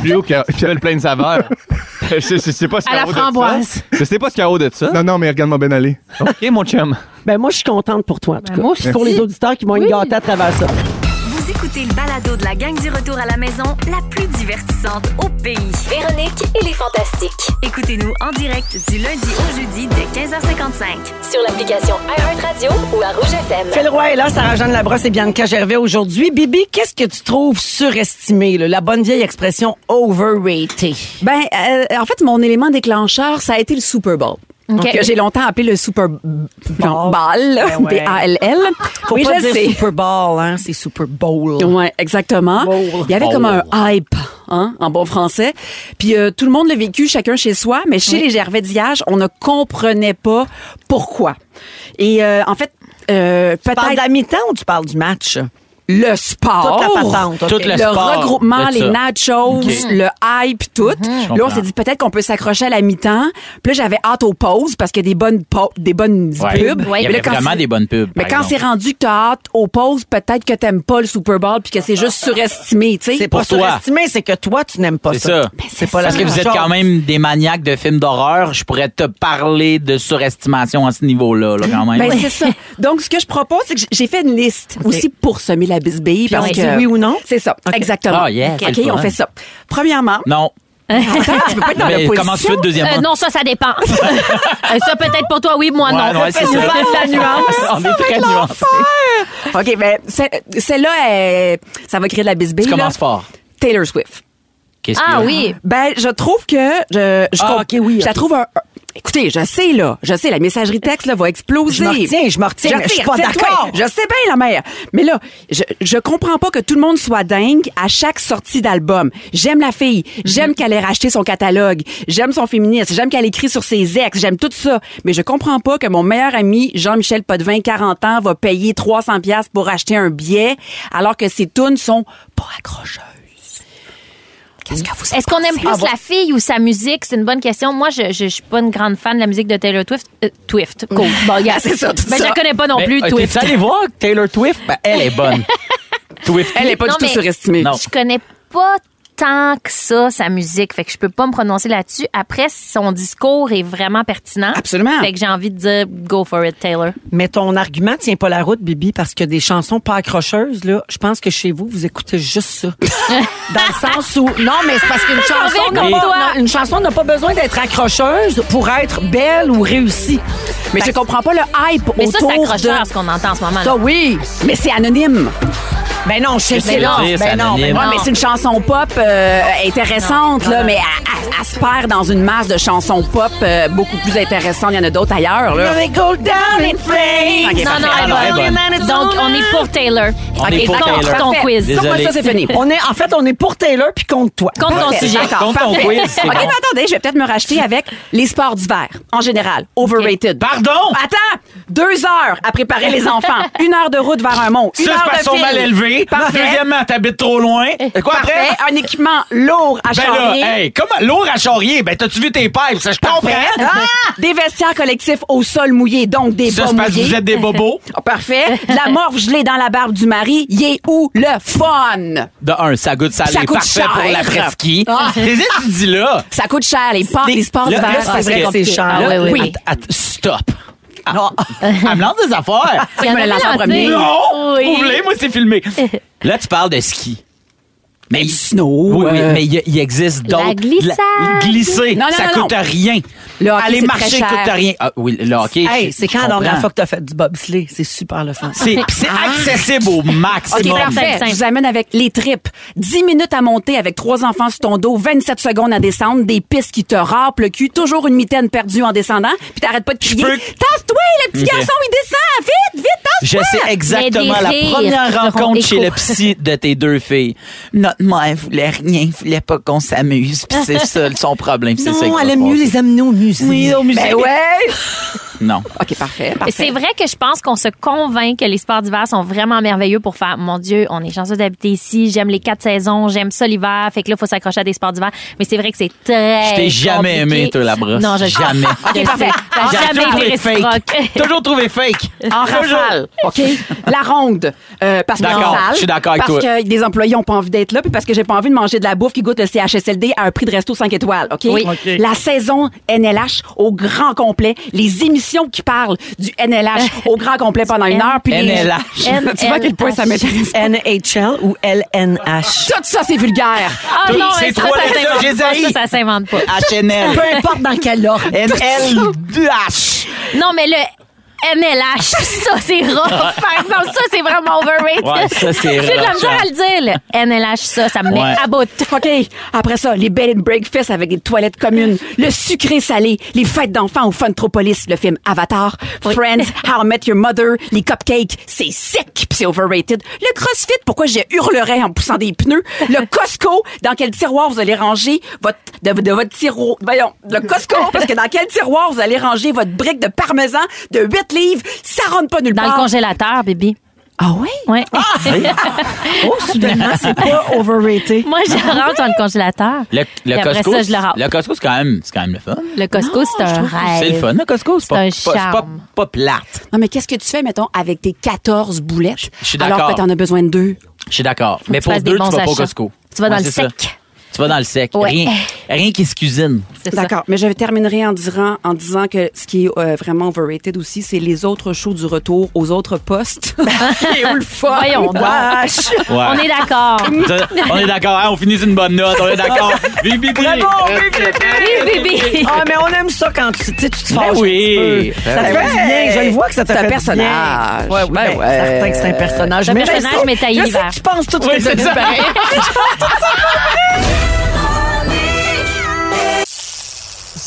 Speaker 5: Plus haut que Pierre plein de saveurs. je, je sais pas ce qu'il y
Speaker 6: À
Speaker 5: a
Speaker 6: la
Speaker 5: au-dessus de
Speaker 6: framboise.
Speaker 5: ça. Je sais pas ce qu'il y a au-dessus de ça.
Speaker 4: Non, non, mais regarde-moi bien aller.
Speaker 5: OK, mon chum.
Speaker 2: Ben moi, je suis contente pour toi, en tout
Speaker 6: Ben,
Speaker 2: cas.
Speaker 6: moi aussi.
Speaker 2: pour les auditeurs qui vont être
Speaker 6: Oui.
Speaker 2: gâtés à travers ça.
Speaker 1: Vous Vous écoutez le balado de la gang du retour à la maison, la plus divertissante au pays. Véronique et les Fantastiques. Écoutez-nous en direct du lundi au jeudi dès 15h55 sur l'application iHeartRadio ou à Rouge FM.
Speaker 2: Phil Roy est là, Sarah-Jeanne Labrosse et Bianca Gervais aujourd'hui. Bibi, qu'est-ce que tu trouves surestimé, là? la bonne vieille expression « overrated
Speaker 7: Ben, euh, en fait, mon élément déclencheur, ça a été le Super Bowl.
Speaker 6: OK.
Speaker 7: Que j'ai longtemps appelé le Super genre, Ball,
Speaker 2: Ben ouais.
Speaker 7: B-A-L-L. ».
Speaker 2: Faut
Speaker 7: Oui,
Speaker 2: pas
Speaker 7: je
Speaker 2: dire
Speaker 7: sais.
Speaker 2: Super Bowl, hein, c'est Super Bowl.
Speaker 7: Oui, exactement.
Speaker 2: Bowl.
Speaker 7: Il y avait comme un hype, hein, en bon français. Puis euh, tout le monde l'a vécu, chacun chez soi, mais chez les Gervais d'Iage, on ne comprenait pas pourquoi. Et euh, en fait, euh,
Speaker 2: Tu parles de
Speaker 7: peut-être
Speaker 2: la mi-temps ou tu parles du match?
Speaker 7: le sport.
Speaker 2: Toute la patente, ok. Tout
Speaker 7: le
Speaker 2: le
Speaker 8: sport,
Speaker 7: regroupement,
Speaker 8: tout
Speaker 7: les
Speaker 8: ça.
Speaker 7: nachos, le hype,
Speaker 2: Mhm.
Speaker 7: tout. Là, on s'est dit peut-être qu'on peut s'accrocher à la mi-temps. Puis là, j'avais hâte aux pauses parce qu'il y a des bonnes, pau- des bonnes
Speaker 8: Ouais.
Speaker 7: pubs.
Speaker 8: Il y
Speaker 7: Mais
Speaker 8: avait
Speaker 7: là, quand
Speaker 8: vraiment
Speaker 7: c'est-
Speaker 8: des bonnes pubs.
Speaker 7: mais
Speaker 8: par
Speaker 7: quand
Speaker 8: exemple.
Speaker 7: c'est rendu que t'as hâte aux pauses, peut-être que t'aimes pas le Super Bowl puis que c'est juste surestimé, tu sais.
Speaker 2: C'est pas
Speaker 8: pour toi.
Speaker 2: surestimé, c'est que toi, tu n'aimes pas
Speaker 8: C'est
Speaker 2: ça.
Speaker 8: ça.
Speaker 2: C'est pas la
Speaker 8: Parce que
Speaker 2: même
Speaker 8: vous êtes
Speaker 2: chose.
Speaker 8: quand même des maniaques de films d'horreur. Je pourrais te parler de surestimation à ce niveau-là, là, quand même.
Speaker 7: Ben, c'est ça. Donc, ce que je propose, c'est que j'ai fait une liste aussi pour semer la bisbille.
Speaker 2: on
Speaker 7: parce
Speaker 2: dit
Speaker 7: que...
Speaker 2: oui ou non?
Speaker 7: C'est ça, exactement.
Speaker 8: Ah, yeah,
Speaker 7: OK,
Speaker 8: c'est le
Speaker 7: on
Speaker 8: fun.
Speaker 7: fait ça. Premièrement,
Speaker 8: non.
Speaker 7: attends, tu peux pas être dans
Speaker 8: Mais
Speaker 7: la position.
Speaker 8: comment tu fais de deuxièmement?
Speaker 6: Euh, non, ça, ça dépend. Euh, ça, peut-être pour toi, oui,
Speaker 7: Ah
Speaker 6: moi,
Speaker 8: Ouais,
Speaker 6: non.
Speaker 8: ouais, c'est ça. Ah,
Speaker 7: Festival de la nuance.
Speaker 8: On est très nuancé.
Speaker 7: OK, ben, c'est- celle-là, elle- ça va créer de la bisbille.
Speaker 8: Tu
Speaker 7: là.
Speaker 8: commences fort.
Speaker 7: Taylor Swift.
Speaker 8: Qu'est-ce
Speaker 6: Ah
Speaker 8: que-
Speaker 6: oui.
Speaker 7: Ben, je trouve que je, je,
Speaker 2: Ah, ok, oui,
Speaker 7: je la
Speaker 2: ok.
Speaker 7: trouve un, un- Écoutez, je sais là, je sais la messagerie texte là va exploser.
Speaker 2: Je m'en retiens, je m'en retiens, mais je suis pas
Speaker 7: retiens-toi.
Speaker 2: d'accord.
Speaker 7: Je sais bien la mère, mais là, je je comprends pas que tout le monde soit dingue à chaque sortie d'album. J'aime la fille,
Speaker 2: Mhm.
Speaker 7: j'aime qu'elle ait racheté son catalogue, j'aime son féminisme, j'aime qu'elle écrit sur ses ex, j'aime tout ça, mais je comprends pas que mon meilleur ami Jean-Michel Potvin 40 ans va payer 300 pièces pour acheter un billet alors que ses tunes sont pas accrocheuses. Qu'est-ce que vous en
Speaker 6: Est-ce qu'on aime
Speaker 7: pensez?
Speaker 6: plus
Speaker 7: Ah, bon.
Speaker 6: la fille ou sa musique? C'est une bonne question. Moi, je, je, je suis pas une grande fan de la musique de Taylor Swift. Euh, Twift. Cool. Bon, regarde.
Speaker 7: C'est ça, tout
Speaker 6: Ben, je
Speaker 7: ça.
Speaker 6: la connais pas non
Speaker 8: Ben,
Speaker 6: plus,
Speaker 8: euh,
Speaker 6: Twift.
Speaker 8: T'es allé voir Taylor Swift? Ben, elle est bonne. Swift.
Speaker 7: Elle est pas
Speaker 6: Non,
Speaker 7: du tout
Speaker 6: mais-
Speaker 7: surestimée.
Speaker 8: Non.
Speaker 6: Je connais pas tant que ça sa musique, fait que je peux pas me prononcer là-dessus. Après, son discours est vraiment pertinent.
Speaker 7: Absolument.
Speaker 6: Fait que j'ai envie de dire go for it, Taylor.
Speaker 2: Mais ton argument tient pas la route, Bibi, parce que des chansons pas accrocheuses, là, je pense que chez vous, vous écoutez juste ça. Dans le sens où, non, mais c'est parce qu'une chanson,
Speaker 6: convainc
Speaker 2: n'a
Speaker 6: contre
Speaker 2: pas-
Speaker 6: toi.
Speaker 2: non, une chanson n'a pas besoin d'être accrocheuse pour être belle ou réussie.
Speaker 7: Mais je comprends pas le hype
Speaker 6: Ben, Mais ça,
Speaker 7: autour
Speaker 6: c'est accrocheur
Speaker 7: de...
Speaker 6: ce qu'on entend en ce moment.
Speaker 7: Ça, oui, mais c'est anonyme.
Speaker 2: Ben non, chez
Speaker 8: sais
Speaker 2: non,
Speaker 8: le dire,
Speaker 2: ben non,
Speaker 8: c'est
Speaker 2: ben
Speaker 8: anonyme.
Speaker 2: non.
Speaker 7: Ouais, mais c'est une chanson pop euh, intéressante, là, mais elle- elle- elle se perd dans une masse de chansons pop euh, beaucoup plus intéressantes. Il y en a d'autres ailleurs, là.
Speaker 2: They go down in flames.
Speaker 7: Ok,
Speaker 6: Non,
Speaker 7: parfait.
Speaker 6: non, elle
Speaker 8: Ah,
Speaker 6: est
Speaker 8: non,
Speaker 6: bonne. Donc, on est pour Taylor.
Speaker 8: On est
Speaker 6: Et
Speaker 8: pour
Speaker 6: contre
Speaker 8: Taylor.
Speaker 6: ton
Speaker 7: Parfait.
Speaker 6: quiz.
Speaker 8: Désolé.
Speaker 7: Pour moi, ça, c'est fini.
Speaker 2: On est, en fait, on est pour Taylor puis contre toi.
Speaker 6: Contre ton
Speaker 7: Parfait.
Speaker 6: sujet.
Speaker 7: D'accord,
Speaker 8: Compte ton
Speaker 7: parfait.
Speaker 8: quiz, c'est
Speaker 7: OK,
Speaker 8: bon.
Speaker 7: mais attendez, je vais peut-être me racheter avec les sports d'hiver, en général. Overrated.
Speaker 8: Pardon?
Speaker 7: Attends! Deux heures à préparer les enfants. Une heure de route vers un mont. Une
Speaker 8: Ça,
Speaker 7: heure
Speaker 8: c'est
Speaker 7: de
Speaker 8: parce qu'on
Speaker 7: file.
Speaker 8: mal élevé.
Speaker 7: Parfait. Eh,
Speaker 8: Deuxièmement, t'habites trop loin. Et quoi après?
Speaker 7: Parfait. Un équipement lourd à
Speaker 8: Ben là,
Speaker 7: charrier.
Speaker 8: hey, comment lourd à charrier? Ben, t'as-tu vu tes pipes? Ça, je comprends.
Speaker 7: Ah! Des vestiaires collectifs au sol mouillé, donc des
Speaker 8: Ça,
Speaker 7: bas
Speaker 8: c'est parce que
Speaker 7: mouillés.
Speaker 8: vous êtes des bobos.
Speaker 7: Ah, parfait. De La morve gelée dans la barbe du mari, y est où le fun?
Speaker 8: De un, ça goûte salé.
Speaker 7: Ça coûte
Speaker 8: parfait
Speaker 7: cher.
Speaker 8: pour la fresquille.
Speaker 7: Ah.
Speaker 8: Les études là.
Speaker 7: Ça coûte cher, les, sports
Speaker 8: Des-
Speaker 7: les sports
Speaker 8: là,
Speaker 7: d'hiver.
Speaker 8: là, c'est parce que-
Speaker 7: compliqué.
Speaker 2: c'est cher.
Speaker 7: Ah,
Speaker 6: Ah,
Speaker 7: oui, oui.
Speaker 6: oui.
Speaker 8: Att- att- stop. Ah. Elle me lance des affaires.
Speaker 7: Il y en
Speaker 6: Il
Speaker 7: a
Speaker 6: y en a
Speaker 7: lancé en
Speaker 6: lancé.
Speaker 7: premier.
Speaker 8: Non!
Speaker 6: Oui.
Speaker 8: Vous voulez, moi, c'est filmé. Là, tu parles de ski. Mais
Speaker 7: Du snow,
Speaker 8: Oui, oui,
Speaker 7: euh,
Speaker 8: mais il y- il existe
Speaker 6: la
Speaker 8: d'autres.
Speaker 6: glissade.
Speaker 8: La- Glisser,
Speaker 7: Non, non,
Speaker 8: ça
Speaker 7: non,
Speaker 8: coûte
Speaker 7: non.
Speaker 8: rien.
Speaker 7: Le hockey,
Speaker 8: Aller
Speaker 7: c'est
Speaker 8: marcher
Speaker 7: très cher.
Speaker 8: coûte rien. Ah, oui, le hockey.
Speaker 2: Hey,
Speaker 8: je-
Speaker 2: c'est
Speaker 8: je
Speaker 2: quand la dernière
Speaker 8: comprends.
Speaker 2: fois que t'as fait du bobsleigh? C'est super le fun.
Speaker 8: C'est c'est accessible au
Speaker 7: OK,
Speaker 8: maximum.
Speaker 7: parfait. Je vous amène avec les tripes. 10 minutes à monter avec trois enfants sur ton dos, 27 secondes à descendre, des pistes qui te râpent le cul, toujours une mitaine perdue en descendant, puis t'arrêtes pas de crier.
Speaker 8: peux-
Speaker 7: Tasse-toi, le petit
Speaker 8: Ok.
Speaker 7: garçon, il descend! Vite, vite, tasse-toi!
Speaker 8: Je sais exactement
Speaker 6: Mais
Speaker 8: la
Speaker 6: des rires
Speaker 8: première
Speaker 6: seront
Speaker 8: rencontre chez
Speaker 6: échos.
Speaker 8: le psy de tes deux filles. Notre mère voulait rien, voulait pas qu'on s'amuse, puis c'est ça son problème. c'est ça qui
Speaker 2: Non,
Speaker 8: va
Speaker 2: elle
Speaker 8: se
Speaker 2: aime mieux
Speaker 8: passer.
Speaker 2: les amener au musée.
Speaker 8: Oui, au musée.
Speaker 7: Ben ouais!
Speaker 8: Non.
Speaker 7: OK, parfait, parfait.
Speaker 6: C'est vrai que je pense qu'on se convainc que les sports d'hiver sont vraiment merveilleux pour faire mon Dieu, on est chanceux d'habiter ici, j'aime les quatre saisons, j'aime ça l'hiver, fait que là, il faut s'accrocher à des sports d'hiver. Mais c'est vrai que c'est très.
Speaker 8: Je t'ai jamais
Speaker 6: compliqué.
Speaker 8: aimé, toi, la brosse.
Speaker 6: Non, je
Speaker 8: Jamais.
Speaker 6: OK, parfait.
Speaker 8: J'ai
Speaker 6: jamais été
Speaker 8: toujours trouvé fake.
Speaker 6: réciproque.
Speaker 8: Toujours trouvé fake.
Speaker 7: En rafale, OK? La ronde. euh, parce que
Speaker 8: D'accord,
Speaker 7: en salle,
Speaker 8: je suis d'accord avec
Speaker 7: Parce
Speaker 8: toi.
Speaker 7: que les employés n'ont pas envie d'être là, puis parce que j'ai pas envie de manger de la bouffe qui goûte le CHSLD à un prix de resto 5 étoiles, OK?
Speaker 6: Oui.
Speaker 7: La saison NLH au grand complet, les émissions émission qui parle du NLH
Speaker 8: Euh,
Speaker 7: au grand complet pendant une heure. Puis les-
Speaker 8: NLH.
Speaker 7: tu vois à quel point ça m'intéresse.
Speaker 2: NHL ou LNH?
Speaker 7: Tout ça, c'est vulgaire.
Speaker 6: Ah non,
Speaker 8: ces
Speaker 6: ça,
Speaker 8: trois
Speaker 6: ça,
Speaker 8: lettres-là,
Speaker 6: s'invente
Speaker 8: j'ai
Speaker 6: pas.
Speaker 8: dit.
Speaker 6: Ça, ça s'invente pas.
Speaker 8: HNL.
Speaker 2: Peu importe dans quel ordre.
Speaker 8: NLH.
Speaker 6: Non, mais le MLH, ça, c'est rough. Par exemple, ça, c'est vraiment overrated.
Speaker 8: Ouais, ça, c'est
Speaker 6: J'ai de la
Speaker 8: rough,
Speaker 6: misère à le dire, le MLH, ça, ça me
Speaker 8: Ouais.
Speaker 6: met à bout.
Speaker 7: OK. Après ça, les bed and breakfast avec des toilettes communes, le sucré salé, les fêtes d'enfants au Funtropolis, le film Avatar, Friends, How I Met Your Mother, les cupcakes, c'est sec pis c'est overrated. Le CrossFit, pourquoi je hurlerais en poussant des pneus? Le Costco, dans quel tiroir vous allez ranger votre, de, de votre tiroir, voyons, le Costco, parce que dans quel tiroir vous allez ranger votre brique de parmesan de 8 livres, ça rentre pas nulle
Speaker 6: Dans
Speaker 7: part.
Speaker 9: Ah.
Speaker 6: le congélateur, bébé.
Speaker 7: Ah oui?
Speaker 6: Ouais.
Speaker 2: Oh, soudainement, c'est pas overrated.
Speaker 6: Moi, je rentre dans le congélateur.
Speaker 8: Le, le
Speaker 6: Et après
Speaker 8: Costco,
Speaker 6: ça, je le rate.
Speaker 8: le Costco, c'est quand même, c'est quand même le fun.
Speaker 6: Le Costco, c'est un rêve.
Speaker 8: C'est le fun, le Costco. C'est
Speaker 6: C'est un
Speaker 8: pas, c'est pas, c'est pas,
Speaker 6: charme.
Speaker 8: pas plate.
Speaker 7: Non, mais qu'est-ce que tu fais, mettons, avec tes 14 boulettes,
Speaker 8: Je suis d'accord.
Speaker 7: alors que t'en as besoin de deux?
Speaker 8: Je suis d'accord. Mais
Speaker 6: tu
Speaker 8: pour
Speaker 6: fasses des
Speaker 8: deux, tu
Speaker 6: bons
Speaker 8: vas pas au
Speaker 6: achats.
Speaker 8: Costco.
Speaker 6: Tu vas dans
Speaker 8: Ouais,
Speaker 6: le
Speaker 8: c'est ça.
Speaker 6: sec.
Speaker 8: Tu vas dans le sec.
Speaker 6: Ouais.
Speaker 8: Rien, rien qui se cuisine.
Speaker 6: C'est ça.
Speaker 7: D'accord, mais je terminerai en disant, en disant que ce qui est euh, vraiment overrated aussi, c'est les autres shows du retour aux autres postes. Et où le fun?
Speaker 6: Voyons donc.
Speaker 7: Wesh!
Speaker 6: On est d'accord.
Speaker 8: on est d'accord, hein, on finit sur une bonne note. On est d'accord. Vive Bibi.
Speaker 6: Oui, bébé.
Speaker 2: Ah, mais on aime ça quand tu, tu sais, tu te fâches.
Speaker 8: oui.
Speaker 2: un petit peu. Ça te fait
Speaker 8: Ben
Speaker 2: du bien. Je le vois que ça te
Speaker 7: C'est un
Speaker 2: fait du
Speaker 7: personnage.
Speaker 2: bien. Ouais, oui,
Speaker 7: Ben
Speaker 2: ben,
Speaker 7: ouais.
Speaker 2: certain que c'est un personnage.
Speaker 6: C'est un
Speaker 2: Mais je
Speaker 6: personnage,
Speaker 2: sais-
Speaker 6: mais taillé
Speaker 2: je sais
Speaker 6: vert.
Speaker 2: que Tu penses tout ce que tu dis. pareil.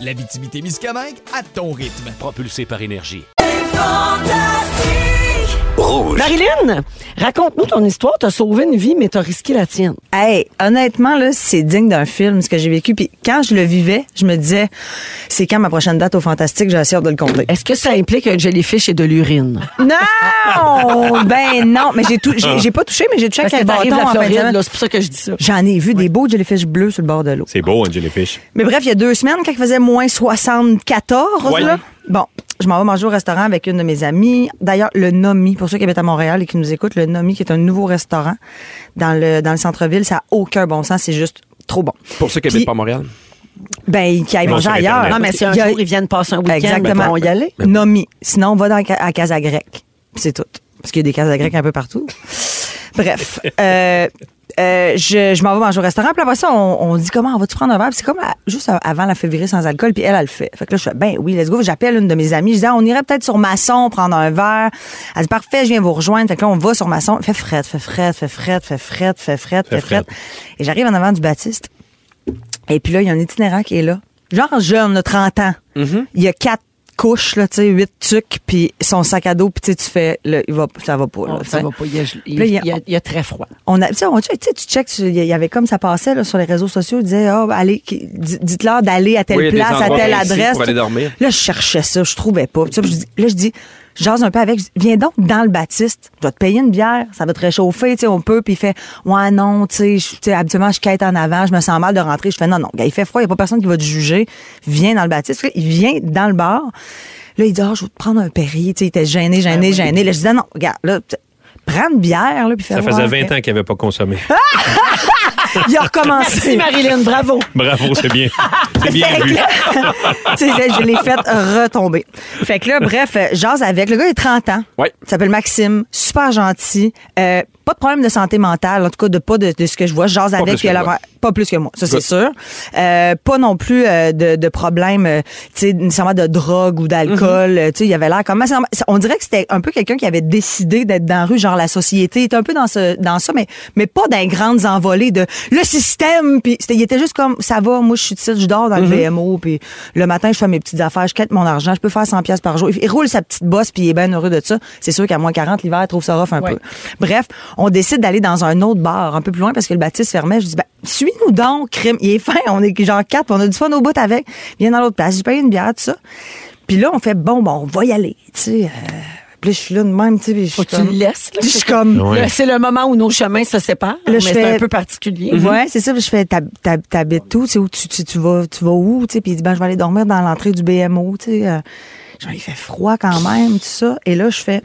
Speaker 10: L'Abitibi-Témiscamingue à ton rythme.
Speaker 11: Propulsé par énergie.
Speaker 2: Marilyn, raconte-nous ton histoire. T'as sauvé une vie, mais t'as risqué la tienne.
Speaker 9: Hey, honnêtement, là, c'est digne d'un film, ce que j'ai vécu. Puis quand je le vivais, je me disais, c'est quand ma prochaine date au Fantastique, j'ai assez hâte de le compter.
Speaker 2: Est-ce que ça implique un jellyfish et de l'urine?
Speaker 9: Non! ben non, mais j'ai tout, j'ai j'ai pas touché, mais j'ai touché à
Speaker 2: Parce que
Speaker 9: quel
Speaker 2: t'arrives
Speaker 9: bâton en
Speaker 2: la
Speaker 9: fin de
Speaker 2: Floride,
Speaker 9: semaine.
Speaker 2: là, c'est pour ça que je dis ça.
Speaker 9: J'en ai vu des beaux jellyfish bleus sur le bord de l'eau.
Speaker 11: C'est beau, un jellyfish.
Speaker 9: Mais bref, il y a deux semaines, quand il faisait moins 74,
Speaker 11: Ouais.
Speaker 9: là, bon, je m'en vais manger au restaurant avec une de mes amies. D'ailleurs, le Nomi, pour ceux qui habitent à Montréal et qui nous écoutent, le Nomi, qui est un nouveau restaurant dans le, dans le centre-ville, ça n'a aucun bon sens, c'est juste trop bon.
Speaker 11: Pour ceux qui
Speaker 9: Puis-
Speaker 11: habitent pas à Montréal.
Speaker 9: Ben, qui aille
Speaker 11: Non,
Speaker 9: manger
Speaker 11: sur
Speaker 9: ailleurs.
Speaker 11: Internet.
Speaker 2: Non, mais si un
Speaker 9: Il y a-
Speaker 2: jour ils viennent passer un week-end, ils
Speaker 9: Exactement.
Speaker 2: pourront y aller.
Speaker 8: Ben,
Speaker 9: Nomi. Sinon, on va dans, à Casa Grecque. Puis C'est tout. Parce qu'il y a des Casa Grecques un peu partout. Bref. euh, euh, je je m'en vais manger au restaurant. Puis après ça, on, on dit comment on va-tu prendre un verre? Puis c'est comme à- juste avant la février sans alcool. Puis elle, elle le fait. Fait que là, je fais, ben oui, let's go. J'appelle une de mes amies. Je dis, ah, on irait peut-être sur Masson prendre un verre. Elle dit, parfait, je viens vous rejoindre. Fait que là, on va sur Masson. Fait fret, fait fret, fait fret, fait fret, fait fret, fait fret. Et j'arrive en avant du Baptiste. Et puis là, il y a un itinérant qui est là. Genre jeune, là, 30 ans. Il y a quatre couches, là, tu sais, huit tucs, puis son sac à dos, puis tu sais, tu fais, là, il va, ça va pas, là,
Speaker 2: Oh,
Speaker 9: tu
Speaker 2: Ça
Speaker 9: sais.
Speaker 2: va pas. Il y a, il-
Speaker 9: Puis là, il y a-
Speaker 2: il y a- il y a très froid.
Speaker 9: On a, tu sais, on- tu sais, tu check, tu- il y avait comme ça passait, là, sur les réseaux sociaux, il disait, oh, allez, qui- di- dites-leur d'aller à telle
Speaker 11: Oui, il y a des
Speaker 9: place, à
Speaker 11: endroits
Speaker 9: telle
Speaker 11: précis
Speaker 9: adresse.
Speaker 11: pour aller dormir.
Speaker 9: Là, je cherchais ça, je trouvais pas. Puis ça, je dis- là, je dis, je jase un peu avec, je dis, viens donc dans le Baptiste, je vais te payer une bière, ça va te réchauffer, tu sais, on peut. Puis il fait, ouais, non, tu sais, je- tu sais, habituellement, je quête en avant, je me sens mal de rentrer. Je fais, non, non, gars, il fait froid, il n'y a pas personne qui va te juger, viens dans le Baptiste. Fait que Il vient dans le bar. Là, il dit, ah, je vais te prendre un Perrier, tu sais, il était gêné,
Speaker 11: Ben
Speaker 9: gêné, gêné. Là, je dis, Ah, non, gars, là, tu- prends une bière, là, puis il fait,
Speaker 11: Ça faisait
Speaker 9: Ouais,
Speaker 11: 20 ans qu'il n'avait pas consommé.
Speaker 9: il a recommencé.
Speaker 2: Marilyn, bravo.
Speaker 11: Bravo, c'est bien. C'est bien vu.
Speaker 9: Tu sais, je l'ai fait retomber. Fait que là, bref, euh, jase avec. Le gars, il a 30 ans.
Speaker 11: Ouais.
Speaker 9: Il s'appelle Maxime. Super gentil. Euh, pas de problème de santé mentale, en tout cas, de pas de, de ce que je vois. Jase avec.
Speaker 11: plus que
Speaker 9: il a l'air-
Speaker 11: moi.
Speaker 9: Pas plus que moi, ça, c'est
Speaker 11: Good.
Speaker 9: sûr. Euh, pas non plus euh, de, de problème, euh, tu sais, nécessairement de drogue ou d'alcool. Euh, Tu sais, il avait l'air comme... On dirait que c'était un peu quelqu'un qui avait décidé d'être dans la rue, genre la société. Il était un peu dans, ce, dans ça, mais, mais pas dans les grandes envolées de le système. Puis c'était- il était juste comme, ça va, moi, je suis ici, je dors dans le VMO, puis le matin, je fais mes petites affaires, je quête mon argent, je peux faire 100 pièces par jour. Il roule sa petite bosse, puis il est bien heureux de ça. C'est sûr qu'à moins 40, l'hiver, il trouve ça rough un peu. Bref, on décide d'aller dans un autre bar, un peu plus loin, parce que le Baptiste fermait. Je dis, ben, suis-nous donc, crime. Il est fin, on est genre quatre, puis on a du fun au bout avec. Viens dans l'autre place, j'ai payé une bière, tout ça. Puis là, on fait, bon, bon, on va y aller, tu sais. euh, Puis là, je suis là de même, tu sais. puis je
Speaker 2: Faut
Speaker 9: suis
Speaker 2: que tu le
Speaker 9: comme-
Speaker 2: laisses. là.
Speaker 9: Je suis comme.
Speaker 2: Là, C'est le moment où nos chemins se séparent,
Speaker 9: Là,
Speaker 2: mais
Speaker 9: je
Speaker 2: c'est
Speaker 9: fais- Mhm.
Speaker 2: un peu particulier. Mhm.
Speaker 9: Ouais, c'est ça. puis Je fais, t'hab- t'hab- t'habites où? Tu sais, où tu, tu, tu vas, tu vas où? Tu sais, puis il dit, ben, je vais aller dormir dans l'entrée du BMO. Tu sais, euh, genre, il fait froid quand même, tout ça. Et là, je fais,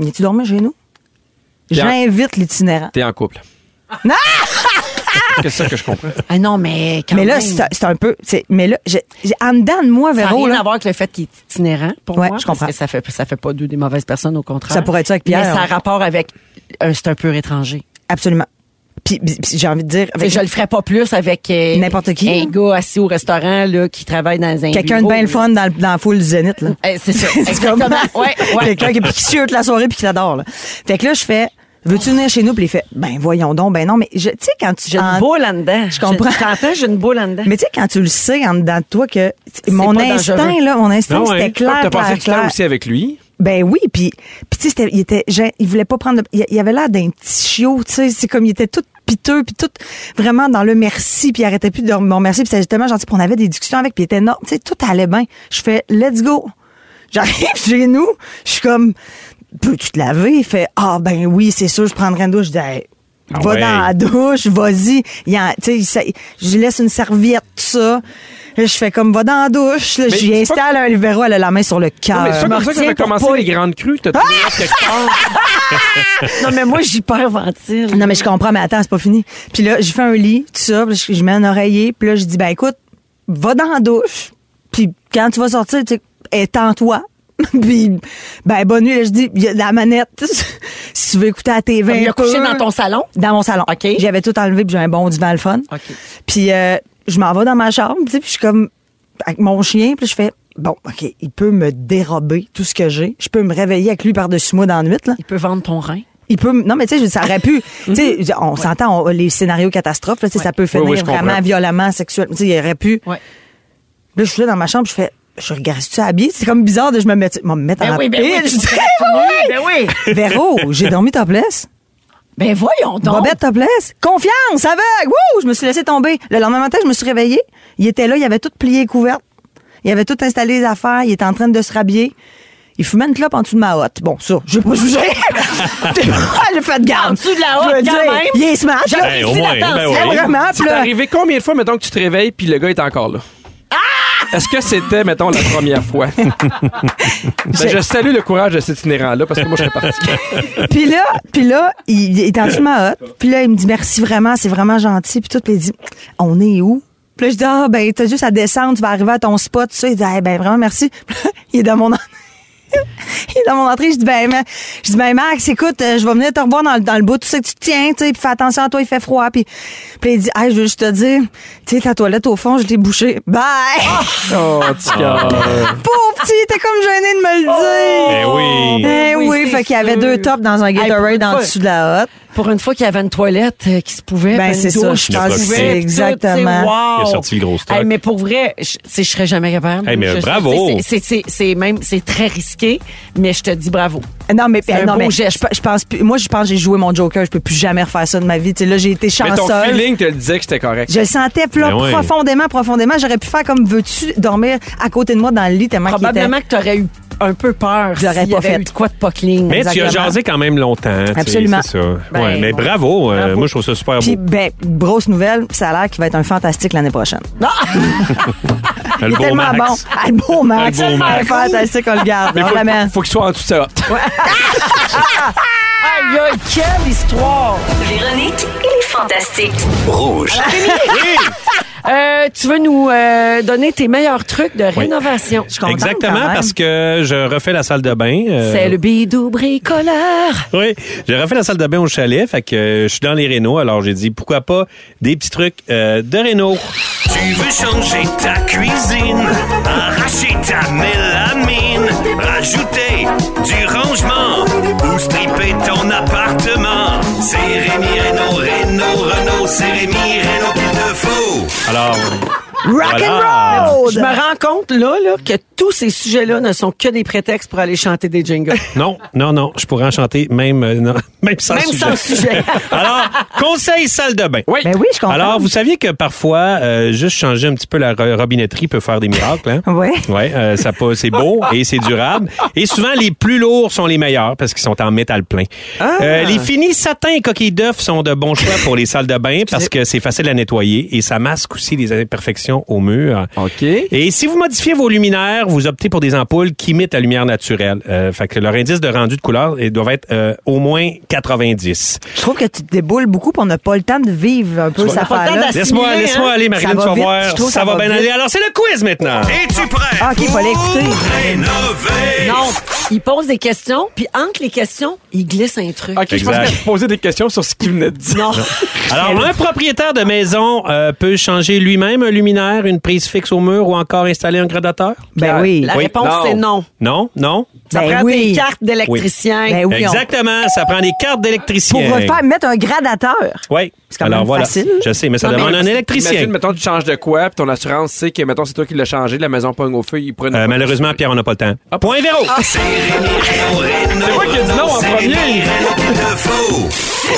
Speaker 9: viens-tu dormir chez nous?
Speaker 5: Bien.
Speaker 9: J'invite l'itinérant.
Speaker 5: T'es en couple.
Speaker 9: Non!
Speaker 5: C'est ça que je comprends.
Speaker 2: Ah non, mais quand
Speaker 9: mais là,
Speaker 2: même.
Speaker 9: c'est c'est un peu. c'est- Mais là, j'ai- j'ai- en dedans de moi,
Speaker 2: Ça n'a
Speaker 9: Véro,
Speaker 2: rien
Speaker 9: là,
Speaker 2: à voir avec le fait qu'il est itinérant, pour
Speaker 9: Ouais,
Speaker 2: moi.
Speaker 9: je
Speaker 2: parce
Speaker 9: comprends.
Speaker 2: que ça fait, ça fait pas d'eux des mauvaises personnes, au contraire.
Speaker 9: Ça pourrait être ça avec Pierre. hein.
Speaker 2: Mais ça a rapport avec... euh, c'est un peu étranger.
Speaker 9: absolument. Puis, puis- puis j'ai envie de dire.
Speaker 2: Je le ferais pas plus avec euh,
Speaker 9: N'importe qui,
Speaker 2: un
Speaker 9: là.
Speaker 2: gars assis au restaurant là, qui travaille dans un
Speaker 9: Quelqu'un de
Speaker 2: bureau,
Speaker 9: bien le
Speaker 2: là.
Speaker 9: fun dans, le- dans la foule du Zénith, là.
Speaker 2: Eh, c'est ça,
Speaker 9: C'est comme-
Speaker 2: exactement. Ouais, ouais.
Speaker 9: Quelqu'un qui, qui suit toute la soirée puis qui t'adore, là. Fait que là, je fais, veux-tu venir chez nous? Puis il fait, ben voyons donc, ben non, mais je- tu sais, quand tu.
Speaker 2: J'ai une
Speaker 9: en-
Speaker 2: boule en dedans. Je
Speaker 9: comprends.
Speaker 2: Je t'entends, j'ai une boule en dedans.
Speaker 9: Mais tu sais, quand tu le sais en dedans de toi que mon
Speaker 2: pas
Speaker 9: instinct,
Speaker 2: dangereux.
Speaker 9: là, mon instinct,
Speaker 11: Non, ouais.
Speaker 9: c'était clair,
Speaker 5: T'as passé
Speaker 9: clair,
Speaker 5: du temps
Speaker 9: clair.
Speaker 5: aussi avec lui.
Speaker 9: Ben oui, puis puis tu sais, c'était- il était, gê- il voulait pas prendre, de- il, il avait l'air d'un petit chiot, tu sais, c'est comme il était tout piteux, puis tout vraiment dans le merci, puis il arrêtait plus de me remercier, puis c'était tellement gentil, puis on avait des discussions avec, puis il était énorme, tu sais, tout allait bien. Je fais, let's go. J'arrive chez nous, je suis comme, peux-tu te laver? Il fait, ah ben oui, c'est sûr, je prendrai une douche. Je dis, Hey,
Speaker 11: Ah
Speaker 9: va
Speaker 11: ouais.
Speaker 9: dans la douche, vas-y. Il en- tu sais, il sa- Je lui laisse une serviette, tout ça. Là, je fais comme, va dans la douche. Là,
Speaker 5: Mais
Speaker 9: j'y
Speaker 5: c'est pas-
Speaker 9: installe un Libéro, elle a la main sur le cœur.
Speaker 5: Non, mais c'est pas
Speaker 9: Je me
Speaker 5: comme ça que
Speaker 9: retiens
Speaker 5: j'avais
Speaker 9: pour
Speaker 5: commencé
Speaker 9: pas-
Speaker 5: les grandes crues. T'as trouvé quelque part.
Speaker 2: non, mais moi, j'hyperventile.
Speaker 9: Non, mais je comprends, mais attends, c'est pas fini. Puis là, j'ai fait un lit, tout ça, puis je, je mets un oreiller, puis là, je dis, ben écoute, va dans la douche, puis quand tu vas sortir, tu sais, étends-toi. puis, ben bonne nuit, là, je dis, il y a de la manette, si tu veux écouter la TV.
Speaker 2: Comme
Speaker 9: un
Speaker 2: le
Speaker 9: peu.
Speaker 2: coucher dans ton salon?
Speaker 9: Dans mon salon.
Speaker 2: OK.
Speaker 9: J'avais tout enlevé, puis j'ai un bon divan le fun.
Speaker 2: OK.
Speaker 9: Puis euh, je m'en vais dans ma chambre, tu sais, puis je suis comme avec mon chien, puis je fais bon, OK, il peut me dérober tout ce que j'ai. Je peux me réveiller avec lui par-dessus moi dans la nuit là.
Speaker 2: Il peut vendre ton rein.
Speaker 9: Il peut m- non mais tu sais je veux dire, ça aurait pu tu sais je veux dire, on s'entend on- euh, les scénarios catastrophes là, tu sais, ça peut finir
Speaker 5: oui, je
Speaker 9: vraiment
Speaker 5: comprends.
Speaker 9: violemment sexuellement tu sais il aurait pu
Speaker 2: Ouais.
Speaker 9: là je suis là dans ma chambre je fais je regarde tu habillé c'est comme bizarre de je me mettre me mettre en
Speaker 2: tu
Speaker 9: pile. Je dis,
Speaker 2: serais tout nu, ben oui.
Speaker 9: Véro j'ai dormi topless
Speaker 2: Ben voyons donc.
Speaker 9: Bobette topless confiance aveugle wouh je me suis laissé tomber le lendemain matin je me suis réveillée il était là il avait tout plié et couvert il avait tout installé les affaires il était en train de se rhabiller il fumait une clope en dessous de ma hotte. Bon, ça, je vais pas juger. le fait de garde.
Speaker 2: En dessous de la hotte,
Speaker 9: Je veux
Speaker 2: quand
Speaker 9: dire,
Speaker 2: même.
Speaker 9: Il est smart. là.
Speaker 11: Hey, au moins, ben oui.
Speaker 9: Ah, vraiment,
Speaker 5: C'est
Speaker 9: puis là,
Speaker 5: arrivé combien de fois, mettons, que tu te réveilles puis le gars est encore là? Est-ce que c'était, mettons, la première fois? Ben, je salue le courage de cet itinérant-là parce que moi, je serais parti.
Speaker 9: puis là, puis là, il il est en dessous de ma hotte. Puis là, il me dit merci vraiment, c'est vraiment gentil. Puis tout, puis il dit, on est où? Puis là, je dis, ah, ben, t'as juste à descendre, tu vas arriver à ton spot, tout ça. Il dit, ah, ben, vraiment, merci. Puis là, il est dans mon en- il est dans mon entrée, je dis ben, ma- je dis ben Max, écoute, euh, je vais venir te revoir dans, le- dans le bout, tout ça que tu te tiens, tu sais, puis fais attention à toi, il fait froid, puis puis il dit, ah, je veux juste te dire, tu sais, ta toilette au fond, je l'ai bouchée, bye.
Speaker 5: Oh, petit cœur.
Speaker 9: Pauvre petit, il était comme gêné de me le
Speaker 11: Ben
Speaker 9: dire.
Speaker 11: oui.
Speaker 9: Eh oui,
Speaker 2: Oui, c'est
Speaker 9: fait qu'il y avait
Speaker 2: sûr.
Speaker 9: deux tops dans un
Speaker 2: Hey,
Speaker 9: Gatorade en
Speaker 2: pourquoi?
Speaker 9: dessous de la hotte.
Speaker 2: Pour une fois qu'il y avait une toilette euh, qui se pouvait,
Speaker 9: Ben,
Speaker 2: puis
Speaker 9: c'est
Speaker 2: une
Speaker 9: ça,
Speaker 2: douche
Speaker 9: je
Speaker 2: qui
Speaker 11: pense
Speaker 2: se
Speaker 11: que
Speaker 2: pouvait,
Speaker 11: c'est
Speaker 2: tout,
Speaker 9: exactement.
Speaker 2: tu sais, wow.
Speaker 11: Il a sorti le gros stock.
Speaker 2: Hey, mais pour vrai, je, tu sais, je serais jamais capable.
Speaker 11: Hey, mais
Speaker 2: Je- je-
Speaker 11: bravo.
Speaker 2: c'est- C'est c'est- c'est même c'est très risqué, mais je te dis bravo.
Speaker 9: Non mais
Speaker 2: C'est un
Speaker 9: Ben, non
Speaker 2: beau
Speaker 9: mais je,
Speaker 2: geste.
Speaker 9: je pense plus- moi je pense que j'ai joué mon Joker, je peux plus jamais refaire ça de ma vie. Tu sais, là j'ai été
Speaker 5: Mais ton
Speaker 9: chanceuse.
Speaker 5: feeling te le disait que c'était correct.
Speaker 9: Je le sentais plus
Speaker 11: Ben ouais.
Speaker 9: profondément, profondément. J'aurais pu faire comme veux-tu dormir à côté de moi dans le lit tellement qu'il était-
Speaker 2: Probablement que tu aurais eu un peu peur.
Speaker 9: J'aurais
Speaker 2: s'il y
Speaker 9: pas
Speaker 2: avait
Speaker 9: fait.
Speaker 2: eu de quoi de pas clean.
Speaker 11: Mais tu as
Speaker 9: Exactement.
Speaker 11: jasé quand même longtemps. tu sais,
Speaker 9: Absolument.
Speaker 11: C'est ça.
Speaker 2: Ben,
Speaker 11: ouais, mais
Speaker 2: bon.
Speaker 11: bravo. euh,
Speaker 2: Bravo.
Speaker 11: Moi, je trouve ça super
Speaker 9: Puis
Speaker 11: beau.
Speaker 9: ben grosse nouvelle, ça a l'air qu'il va être un fantastique l'année prochaine.
Speaker 11: Le
Speaker 9: Il est
Speaker 11: beau
Speaker 9: tellement
Speaker 11: Max.
Speaker 9: bon. Ah, le beau Max.
Speaker 11: Le beau Max.
Speaker 9: Un fantastique, on le garde.
Speaker 5: Mais
Speaker 9: On l'amène.
Speaker 5: faut, faut qu'il soit en dessous de sa hotte.
Speaker 2: Aïe, aïe, quelle histoire!
Speaker 1: Véronique et les Fantastiques.
Speaker 3: Rouge.
Speaker 2: Euh, tu veux nous euh, donner tes meilleurs trucs de rénovation.
Speaker 11: Exactement,
Speaker 9: même.
Speaker 11: parce que je refais la salle de bain. euh,
Speaker 2: C'est le bidou bricoleur.
Speaker 11: Oui, j'ai refait la salle de bain au chalet, fait que euh, je suis dans les rénaux, alors j'ai dit pourquoi pas des petits trucs euh, de réno.
Speaker 3: Tu veux changer ta cuisine, arracher ta mélamine, rajouter du rangement ou stripper ton appartement. C'est Rémi Renault, Renault, Renault, c'est Rémi Renault qu'il te faut.
Speaker 11: Alors,
Speaker 9: Rock
Speaker 2: Voilà.
Speaker 9: and roll!
Speaker 2: Je me rends compte, là, là, que tous ces sujets-là ne sont que des prétextes pour aller chanter des jingles.
Speaker 11: Non, non, non, je pourrais en chanter même, euh, non, même sans
Speaker 2: Même
Speaker 11: sujet.
Speaker 2: sans sujet.
Speaker 11: Alors, conseil salle de bain.
Speaker 5: Oui.
Speaker 9: Ben oui, je comprends.
Speaker 11: Alors, vous saviez que parfois, euh, juste changer un petit peu la ro- robinetterie peut faire des miracles. Hein?
Speaker 9: Oui.
Speaker 11: Ouais, euh, ça peut- c'est beau et c'est durable. Et souvent, les plus lourds sont les meilleurs parce qu'ils sont en métal plein. Euh, les finis satin et coquilles d'œufs sont de bons choix pour les salles de bain parce que c'est facile à nettoyer et ça masque aussi les imperfections au mur.
Speaker 5: OK.
Speaker 11: Et si vous modifiez vos luminaires, vous optez pour des ampoules qui imitent la lumière naturelle. Euh, fait que leur indice de rendu de couleur ils doivent être euh, au moins 90.
Speaker 9: Je trouve que tu te déboules beaucoup puis on n'a pas le temps de vivre un peu
Speaker 11: On
Speaker 9: ça
Speaker 11: n'a pas le temps
Speaker 9: affaire-là.
Speaker 11: Laisse-moi
Speaker 9: hein?
Speaker 11: laisse-moi aller, Marilyn,
Speaker 9: Ça
Speaker 11: tu vas
Speaker 9: va vite,
Speaker 11: voir.
Speaker 9: je trouve
Speaker 11: ça,
Speaker 9: ça
Speaker 11: va,
Speaker 9: va
Speaker 11: bien
Speaker 9: vite.
Speaker 11: aller. Alors, c'est le quiz maintenant.
Speaker 3: Es-tu prêt?
Speaker 9: Ah, OK, il fallait écouter.
Speaker 3: Rénover.
Speaker 2: Non, ils posent des questions, puis entre les questions, ils glissent un truc.
Speaker 5: OK, je pense
Speaker 11: Exact.
Speaker 5: qu'elle posait des questions sur ce qu'il venait de dire.
Speaker 2: Non.
Speaker 9: Ben
Speaker 11: Alors, un propriétaire de maison euh, peut changer lui-même un luminaire, une prise fixe au mur ou encore installer un gradateur?
Speaker 9: Ben oui.
Speaker 2: La
Speaker 11: Oui.
Speaker 2: réponse,
Speaker 5: Non.
Speaker 2: c'est non.
Speaker 11: Non? Non?
Speaker 2: Ça
Speaker 9: Ben
Speaker 2: prend
Speaker 9: oui.
Speaker 2: des cartes d'électricien.
Speaker 9: Ben oui, on-
Speaker 11: Exactement. Ça prend des cartes
Speaker 9: Pour
Speaker 11: d'électricien.
Speaker 9: refaire, mettre un gradateur.
Speaker 11: Oui.
Speaker 9: C'est quand
Speaker 11: Alors
Speaker 9: même
Speaker 11: voilà.
Speaker 9: facile.
Speaker 11: Je sais, mais ça
Speaker 5: Non,
Speaker 11: demande
Speaker 5: mais
Speaker 11: un électricien.
Speaker 5: Imagine, mettons, tu changes de quoi, puis ton assurance sait que, mettons, c'est toi qui l'as changé, la maison pogne au feu, il prennent.
Speaker 11: Euh, malheureusement, Pierre, on n'a pas le temps. Point Véro!
Speaker 5: Ah, C'est moi qui ai dit non en premier.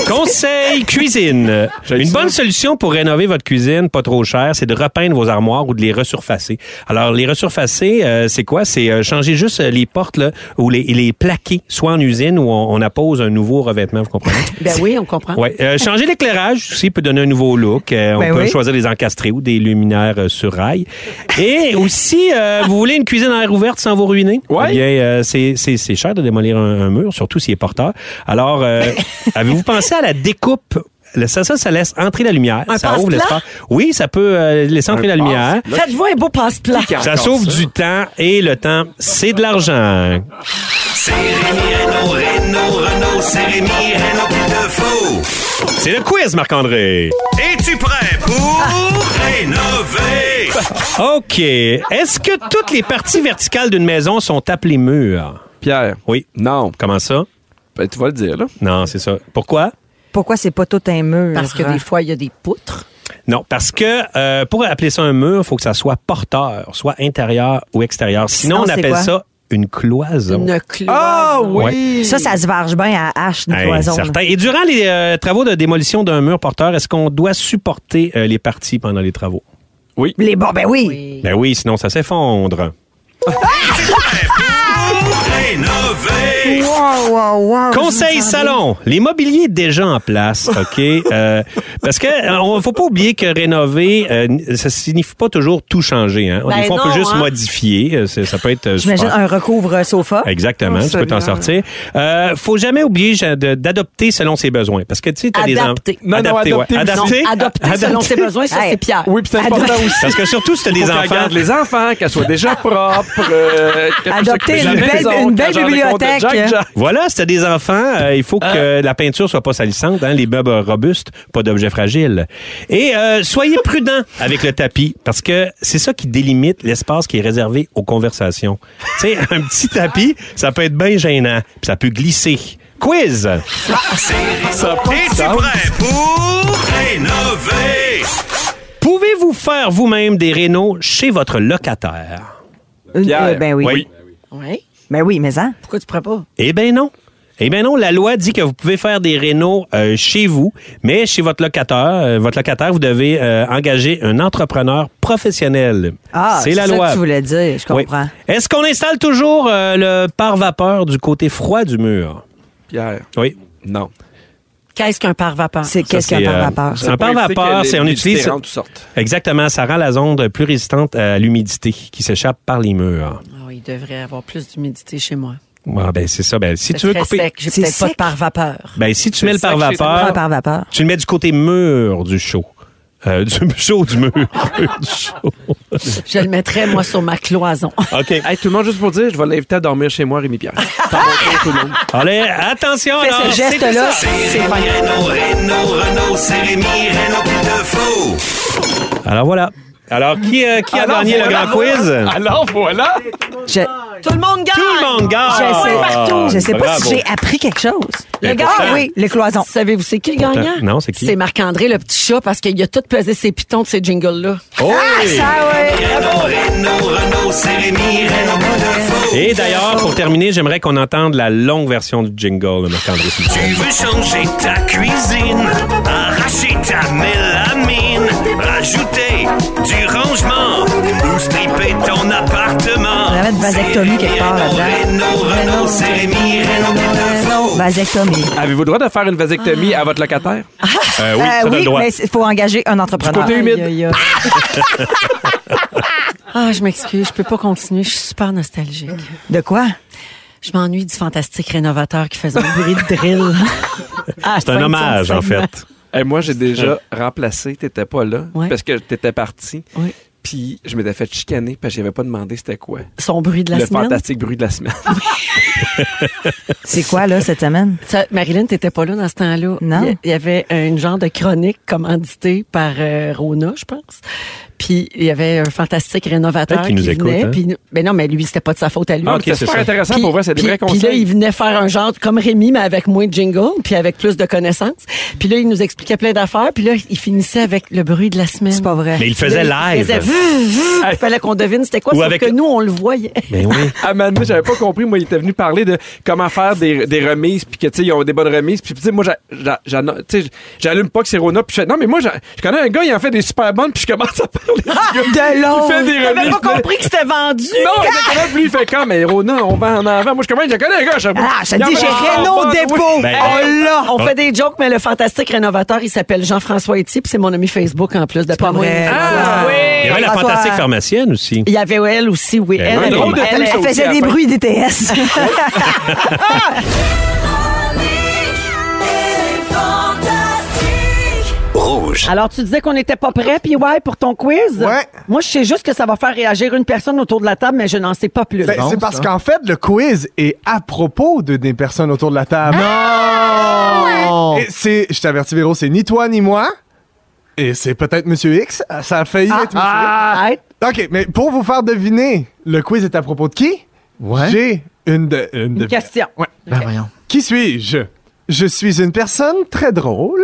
Speaker 11: Conseil cuisine.
Speaker 5: J'ai
Speaker 11: Une
Speaker 5: ça.
Speaker 11: bonne solution pour rénover votre cuisine, pas trop cher, c'est de repeindre vos armoires ou de les resurfacer. Alors, les resurfacer, euh, c'est quoi? C'est euh, changer juste euh, les portes là, ou les, les plaquer, soit en usine ou on, on appose un nouveau revêtement, vous comprenez?
Speaker 2: Ben oui, on comprend.
Speaker 11: Ouais. Euh, changer l'éclairage aussi peut donner un nouveau look. Euh, on
Speaker 9: Ben
Speaker 11: peut
Speaker 9: oui.
Speaker 11: choisir des encastrés ou des luminaires euh, sur rail. Et aussi, euh, vous voulez une cuisine à air ouverte sans vous ruiner?
Speaker 5: Ouais.
Speaker 11: Eh bien, euh, c'est, c'est, c'est cher de démolir un, un mur, surtout s'il est porteur. Alors, euh, avez-vous pensé à la découpe? Le- Ça, ça, ça laisse entrer la lumière.
Speaker 2: Un
Speaker 11: ça ouvre
Speaker 2: passe-plat?
Speaker 11: l'espace. Oui, ça peut euh, laisser entrer la lumière.
Speaker 2: Faites-vous un beau passe-plat.
Speaker 11: Ça sauve du temps et le temps, c'est de l'argent.
Speaker 3: C'est Rémi Renault, Renault, Renault, c'est Rémi Renault qui te faut.
Speaker 11: C'est le quiz, Marc-André.
Speaker 3: Es-tu prêt pour rénover?
Speaker 11: OK. Est-ce que toutes les parties verticales d'une maison sont appelées murs?
Speaker 5: Pierre.
Speaker 11: Oui.
Speaker 5: Non.
Speaker 11: Comment ça?
Speaker 5: Ben, tu vas le dire, là.
Speaker 11: Non, c'est ça. Pourquoi?
Speaker 9: Pourquoi c'est pas tout un mur?
Speaker 2: Parce que des fois, il y a des poutres.
Speaker 11: Non, parce que euh, pour appeler ça un mur, il faut que ça soit porteur, soit intérieur ou extérieur. Sinon,
Speaker 9: Sinon,
Speaker 11: on
Speaker 9: c'est
Speaker 11: appelle
Speaker 9: quoi?
Speaker 11: ça une cloison.
Speaker 2: Une cloison.
Speaker 5: Ah
Speaker 11: Ouais.
Speaker 5: oui!
Speaker 9: Ça, ça se varge bien à hache de
Speaker 11: Hey,
Speaker 9: cloison.
Speaker 11: certain. Et durant les euh, travaux de démolition d'un mur porteur, est-ce qu'on doit supporter euh, les parties pendant les travaux?
Speaker 9: Les bon, ben oui.
Speaker 11: Ben oui, sinon ça s'effondre.
Speaker 3: Rénover.
Speaker 9: Wow, wow, wow.
Speaker 11: Conseil salon, les mobiliers déjà en place, ok. Euh, parce que euh, on- faut pas oublier que rénover, euh, n- ça signifie pas toujours tout changer. Hein.
Speaker 2: Ben
Speaker 11: Des fois, on
Speaker 2: non,
Speaker 11: peut juste
Speaker 2: hein.
Speaker 11: modifier. euh, c'est- Ça peut être. euh,
Speaker 9: J'imagine
Speaker 11: super.
Speaker 9: un
Speaker 2: euh,
Speaker 9: recouvre-sofa.
Speaker 11: Exactement, tu peux t'en sortir. Euh, faut jamais oublier je- de- d'adopter selon ses besoins. Parce que, tu sais, t'as des... en-
Speaker 2: Adapter.
Speaker 5: Non, non,
Speaker 11: Adapter, ouais.
Speaker 5: adopter,
Speaker 2: Non,
Speaker 11: Adapter.
Speaker 2: adopter
Speaker 11: Adapter.
Speaker 2: selon ses besoins, ça,
Speaker 9: Hey.
Speaker 2: c'est Pierre.
Speaker 5: Oui, puis c'est important aussi.
Speaker 11: Parce que surtout, si t'as des
Speaker 5: Faut qu'elle
Speaker 11: enfants...
Speaker 5: garde les enfants, qu'elle soit déjà propre. euh, qu'elle puisse
Speaker 9: Adopter
Speaker 5: s'occuper de la
Speaker 9: une belle-
Speaker 5: maison,
Speaker 9: une belle
Speaker 5: qu'elle gère les comptes de
Speaker 9: bibliothèque.
Speaker 5: Jack, Jack.
Speaker 11: Voilà, si t'as des enfants, euh, il faut que
Speaker 3: Ah.
Speaker 11: la peinture soit pas salissante, hein, les meubles robustes, pas d'objets fragiles. Et euh, soyez prudent avec le tapis, parce que c'est ça qui délimite l'espace qui est réservé aux conversations. tu sais, un petit tapis, ça peut être bien gênant, puis ça peut glisser. Quiz!
Speaker 3: Es-tu prêt pour rénover?
Speaker 11: Pouvez-vous faire vous-même des rénaux chez votre locataire?
Speaker 9: Une-
Speaker 5: Pierre.
Speaker 9: euh, ben oui.
Speaker 2: Oui.
Speaker 9: Ben oui, mais hein.
Speaker 2: Pourquoi tu ne pourrais pas?
Speaker 11: Eh bien non. Eh bien non, la loi dit que vous pouvez faire des rénaux euh, chez vous, mais chez votre locataire, euh, votre locataire, vous devez euh, engager un entrepreneur professionnel.
Speaker 9: Ah,
Speaker 11: c'est la
Speaker 9: ça
Speaker 11: loi.
Speaker 9: que tu voulais dire, je
Speaker 11: Oui.
Speaker 9: comprends.
Speaker 11: Est-ce qu'on installe toujours euh, le pare-vapeur du côté froid du mur?
Speaker 5: Pierre,
Speaker 11: Oui.
Speaker 5: non.
Speaker 2: Qu'est-ce qu'un pare-vapeur?
Speaker 9: C'est
Speaker 11: Ça,
Speaker 9: qu'est-ce qu'un
Speaker 11: c'est, euh,
Speaker 9: par
Speaker 11: Un pare-vapeur, c'est on utilise-
Speaker 5: De toutes
Speaker 11: Exactement, ça rend la zone plus résistante à l'humidité qui s'échappe par les murs.
Speaker 2: Ah oui, il devrait avoir plus d'humidité chez moi.
Speaker 11: Ah, ben c'est ça. Ben, si
Speaker 2: C'est
Speaker 11: tu veux
Speaker 2: très
Speaker 11: couper,
Speaker 2: sec. J'ai
Speaker 9: C'est
Speaker 2: peut-être pas de
Speaker 9: sec.
Speaker 2: pare-vapeur.
Speaker 11: ben si tu mets le
Speaker 5: sec chez
Speaker 11: pare-vapeur,
Speaker 9: par vapeur.
Speaker 11: Tu le mets du côté mur du show. Euh, du show du mur. du show.
Speaker 2: Je le mettrais, moi, sur ma cloison.
Speaker 11: OK.
Speaker 5: Hey, tout le monde, juste pour dire, je vais l'inviter à dormir chez moi, Rémi Pierre. Par contre, tout le monde.
Speaker 11: Allez, attention,
Speaker 9: Fais
Speaker 11: alors,
Speaker 9: ce
Speaker 11: c'est
Speaker 9: geste-là.
Speaker 11: ça.
Speaker 3: C'est Rémi Renault, Renault, Renault, c'est Rémi Renault qui te faut.
Speaker 11: Alors voilà. Alors, qui, euh, qui a
Speaker 5: Alors,
Speaker 11: gagné le
Speaker 5: voilà.
Speaker 11: grand quiz?
Speaker 5: Alors voilà!
Speaker 9: Je, Tout le monde gagne!
Speaker 11: Tout le monde gagne!
Speaker 9: Je sais,
Speaker 11: Ah,
Speaker 9: je sais pas
Speaker 11: bravo.
Speaker 9: si j'ai appris quelque chose.
Speaker 11: Ben,
Speaker 9: Le gars,
Speaker 11: pourtant.
Speaker 9: ah oui, le cloison.
Speaker 2: Savez-vous c'est qui le gagnant?
Speaker 11: Attends, non, c'est qui?
Speaker 2: C'est Marc-André, le petit chat, parce qu'il a tout pesé ses pitons de ces jingles-là.
Speaker 11: Oh!
Speaker 9: Ah,
Speaker 3: Renault, Renault, Renault, c'est Rémi, Renault, Godefaux.
Speaker 11: Et d'ailleurs, pour terminer, j'aimerais qu'on entende la longue version du jingle de Marc-André. s'il vous plaît.
Speaker 3: Tu veux changer ta cuisine, arracher ta mélamine, rajouter du rangement ou stripper ton appartement.
Speaker 9: On va mettre vasectomie quelque part là-dedans.
Speaker 3: Renault, Renault, c'est Rémi, Renault,
Speaker 2: Euh,
Speaker 3: Godefaux.
Speaker 9: Vasectomie.
Speaker 5: Avez-vous le droit de faire une vasectomie
Speaker 11: Ah.
Speaker 5: à votre locataire?
Speaker 11: Euh,
Speaker 9: Euh,
Speaker 11: oui, ça donne
Speaker 9: oui,
Speaker 11: droit.
Speaker 9: mais il faut engager un entrepreneur.
Speaker 5: Du côté humide.
Speaker 9: Aïe, aïe, aïe.
Speaker 2: Ah, je m'excuse, je peux pas continuer. Je suis super nostalgique.
Speaker 9: De quoi?
Speaker 2: Je m'ennuie du fantastique rénovateur qui faisait un bruit de drill. Ah,
Speaker 11: C'est un hommage, en fait.
Speaker 5: Et Eh, moi, j'ai
Speaker 9: Euh.
Speaker 5: déjà remplacé, t'étais pas là,
Speaker 2: Ouais.
Speaker 5: parce que t'étais parti.
Speaker 2: Oui.
Speaker 5: Puis je m'étais fait chicaner parce que j'avais pas demandé c'était quoi.
Speaker 2: Son bruit de la
Speaker 5: le
Speaker 2: semaine.
Speaker 5: fantastique bruit de la semaine.
Speaker 9: C'est quoi, là, cette semaine?
Speaker 2: Ça, Marilyn, t'étais pas là dans ce temps-là.
Speaker 9: Non.
Speaker 2: Il y- Il y avait un genre de chronique commanditée par euh, Rona, je pense. Puis il y avait un fantastique rénovateur
Speaker 11: Peut-être
Speaker 2: qui
Speaker 11: qu'il nous
Speaker 2: venait.
Speaker 11: écoute, hein.
Speaker 2: puis nous- mais non, mais lui, c'était pas de sa faute à lui.
Speaker 5: Ah,
Speaker 11: ok,
Speaker 5: c'était
Speaker 11: c'est
Speaker 5: super
Speaker 11: ça.
Speaker 5: intéressant
Speaker 2: Puis-
Speaker 5: pour vrai, c'est des
Speaker 2: puis-
Speaker 5: vrais
Speaker 2: Puis là,
Speaker 5: conseils.
Speaker 2: il venait faire un genre comme Rémi, mais avec moins de jingle, puis avec plus de connaissances. Puis là, il nous expliquait plein d'affaires. Puis là, il finissait avec le bruit de la semaine.
Speaker 9: C'est pas vrai.
Speaker 11: Mais il le faisait
Speaker 2: Là, il
Speaker 11: live.
Speaker 2: faisait vuh, vuh. Il fallait qu'on devine c'était quoi,
Speaker 11: Ou
Speaker 2: sauf
Speaker 11: avec-
Speaker 2: que nous, on le voyait.
Speaker 11: Mais Ben oui.
Speaker 5: À un moment donné, j'avais pas compris. Ah, Moi, il était venu parler de comment faire des, des remises, puis que, tu sais, ils ont des bonnes remises. Puis, tu sais, moi, j'a- j'a- j'anno- tu sais, j'allume pas que c'est Rona, puis je fais, non, mais moi, j'a- je connais un gars, il en fait des super bonnes, puis je commence à parler.
Speaker 9: de l'autre.
Speaker 5: Il fait des
Speaker 2: J'avais
Speaker 5: remises.
Speaker 2: pas compris que c'était vendu.
Speaker 5: Non, exactement. Puis lui, il fait quand? Mais Rona, on va en avant. Moi, je commence, je connais un gars, je sais pas.
Speaker 9: Ah, je
Speaker 5: Il
Speaker 9: te
Speaker 5: en
Speaker 9: dis,
Speaker 5: fait
Speaker 9: j'ai
Speaker 5: des
Speaker 9: Renault
Speaker 5: bonnes,
Speaker 9: Dépôt.
Speaker 11: Ben,
Speaker 9: oh là!
Speaker 2: On
Speaker 12: Ah.
Speaker 2: fait des jokes, mais le fantastique rénovateur, il s'appelle Jean-François Etier, puis c'est mon ami Facebook en plus de
Speaker 9: pas vrai.
Speaker 2: Ah, oui.
Speaker 11: Il y avait la
Speaker 9: François-
Speaker 11: fantastique pharmacienne aussi.
Speaker 2: Il y avait elle aussi, oui.
Speaker 11: Ben
Speaker 2: elle,
Speaker 11: oui.
Speaker 2: elle,
Speaker 5: Drôle de
Speaker 2: elle,
Speaker 5: femme,
Speaker 2: elle
Speaker 5: ça
Speaker 9: Elle
Speaker 5: aussi,
Speaker 9: faisait
Speaker 5: à
Speaker 9: des
Speaker 5: la fin.
Speaker 9: bruits DTS.
Speaker 3: Rouge.
Speaker 2: Alors, tu disais qu'on n'était pas prêt, puis ouais, pour ton quiz.
Speaker 12: Ouais.
Speaker 2: Moi, je sais juste que ça va faire réagir une personne autour de la table, mais je n'en sais pas plus.
Speaker 12: Ben, c'est parce qu'en fait, le quiz est à propos de des personnes autour de la table. Non! C'est, je t'avertis, Véro, c'est ni toi ni moi. Et c'est peut-être Monsieur X. Ça a
Speaker 2: ah,
Speaker 12: failli être Monsieur
Speaker 2: Arrête.
Speaker 12: X. OK, mais pour vous faire deviner, le quiz est à propos de qui?
Speaker 10: Ouais.
Speaker 12: J'ai une de... Une de-
Speaker 2: question.
Speaker 12: Ouais.
Speaker 10: Ben voyons.
Speaker 12: Qui suis-je? Je suis une personne très drôle.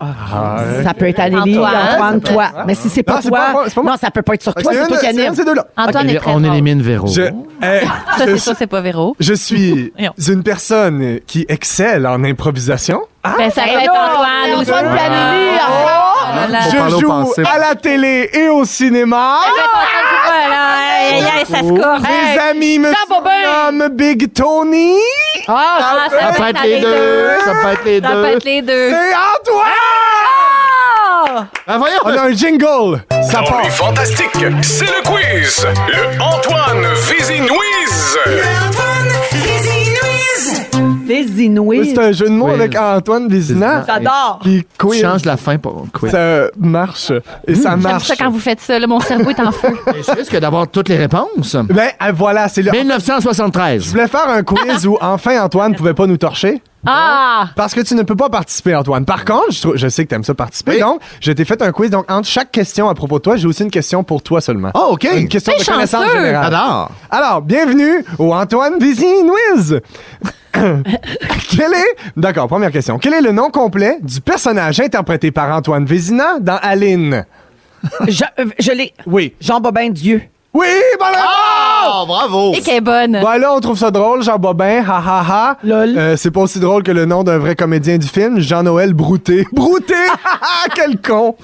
Speaker 12: Ah, ouais. Ah.
Speaker 2: Ça peut être Anneli,
Speaker 6: Antoine.
Speaker 2: Antoine, toi. Mais si c'est pas
Speaker 12: Non, c'est
Speaker 2: toi,
Speaker 12: pas moi, c'est pas moi.
Speaker 2: non, ça peut pas être sur
Speaker 12: Fait que
Speaker 2: toi,
Speaker 12: c'est
Speaker 2: c'est
Speaker 12: une-
Speaker 2: toi qui
Speaker 12: c'est un
Speaker 2: anime. Oh.
Speaker 12: de ces deux-là.
Speaker 6: Antoine est très
Speaker 10: on
Speaker 6: drôle.
Speaker 10: élimine Véro.
Speaker 12: Je, eh,
Speaker 6: Ça,
Speaker 12: je
Speaker 6: c'est sûr, c'est pas Véro.
Speaker 12: Je suis
Speaker 8: Voyons.
Speaker 12: une personne qui excelle en improvisation.
Speaker 9: Ah,
Speaker 6: Ben, ça va être Antoine. ou-
Speaker 12: Antoine
Speaker 6: Planelli, Voilà.
Speaker 10: Oh Faut parler
Speaker 12: Oh. Je
Speaker 10: aux
Speaker 12: joue
Speaker 10: pensées.
Speaker 12: à la télé et au cinéma.
Speaker 6: Voilà, hey, hey, ça se corse.
Speaker 12: Mes
Speaker 6: Hey.
Speaker 12: amis me
Speaker 6: Jean Bobin.
Speaker 12: nomment Big Tony.
Speaker 6: Ah, ça,
Speaker 10: Ça peut être les deux. Ça peut être les
Speaker 6: Ça peut
Speaker 10: deux.
Speaker 6: être les deux.
Speaker 12: C'est Antoine!
Speaker 6: Ah.
Speaker 10: Ben voyons.
Speaker 12: On a un jingle. Ça part.
Speaker 3: fantastique, c'est le quiz. Le Antoine Vézinouise.
Speaker 2: Les Inuits.
Speaker 12: C'est un jeu de mots
Speaker 10: Oui.
Speaker 12: avec Antoine Vézina.
Speaker 2: J'adore.
Speaker 12: Puis
Speaker 10: Tu
Speaker 12: quiz.
Speaker 10: changes la fin pour quoi?
Speaker 12: Ça marche.
Speaker 10: Hmm.
Speaker 12: Et ça
Speaker 6: J'aime
Speaker 12: marche.
Speaker 6: ça quand vous faites ça. là, mon cerveau est en feu.
Speaker 10: Je risque d'avoir toutes les réponses.
Speaker 12: Ben, eh, voilà, c'est le. Je
Speaker 10: 1973.
Speaker 12: voulais faire un quiz où enfin Antoine pouvait pas nous torcher.
Speaker 6: Ah!
Speaker 12: Parce que tu ne peux pas participer, Antoine. Par contre, je, trou- je sais que tu aimes ça participer.
Speaker 10: Oui.
Speaker 12: Donc, je t'ai fait un quiz. Donc, entre chaque question à propos de toi, j'ai aussi une question pour toi seulement.
Speaker 10: Ah, OK.
Speaker 12: Une question de
Speaker 6: T'es
Speaker 12: connaissance
Speaker 6: chanceux.
Speaker 12: générale.
Speaker 10: J'adore.
Speaker 12: Alors, bienvenue au Antoine Vézinouiz. Quel est... D'accord, première question. Quel est le nom complet du personnage interprété par Antoine Vézina dans Aline?
Speaker 2: Je, euh, je l'ai.
Speaker 12: Oui.
Speaker 2: Jean Bobin Dieu.
Speaker 12: Oui,
Speaker 10: Ah!
Speaker 12: bonne réponse!
Speaker 10: Oh, bravo.
Speaker 6: Et qu'elle est bonne.
Speaker 12: Bon, là, on trouve ça drôle, Jean Bobin, ha ha ha.
Speaker 2: Lol.
Speaker 12: Euh, c'est pas aussi drôle que le nom d'un vrai comédien du film, Jean-Noël Brouté. Brouté! Ha, ha, Quel con!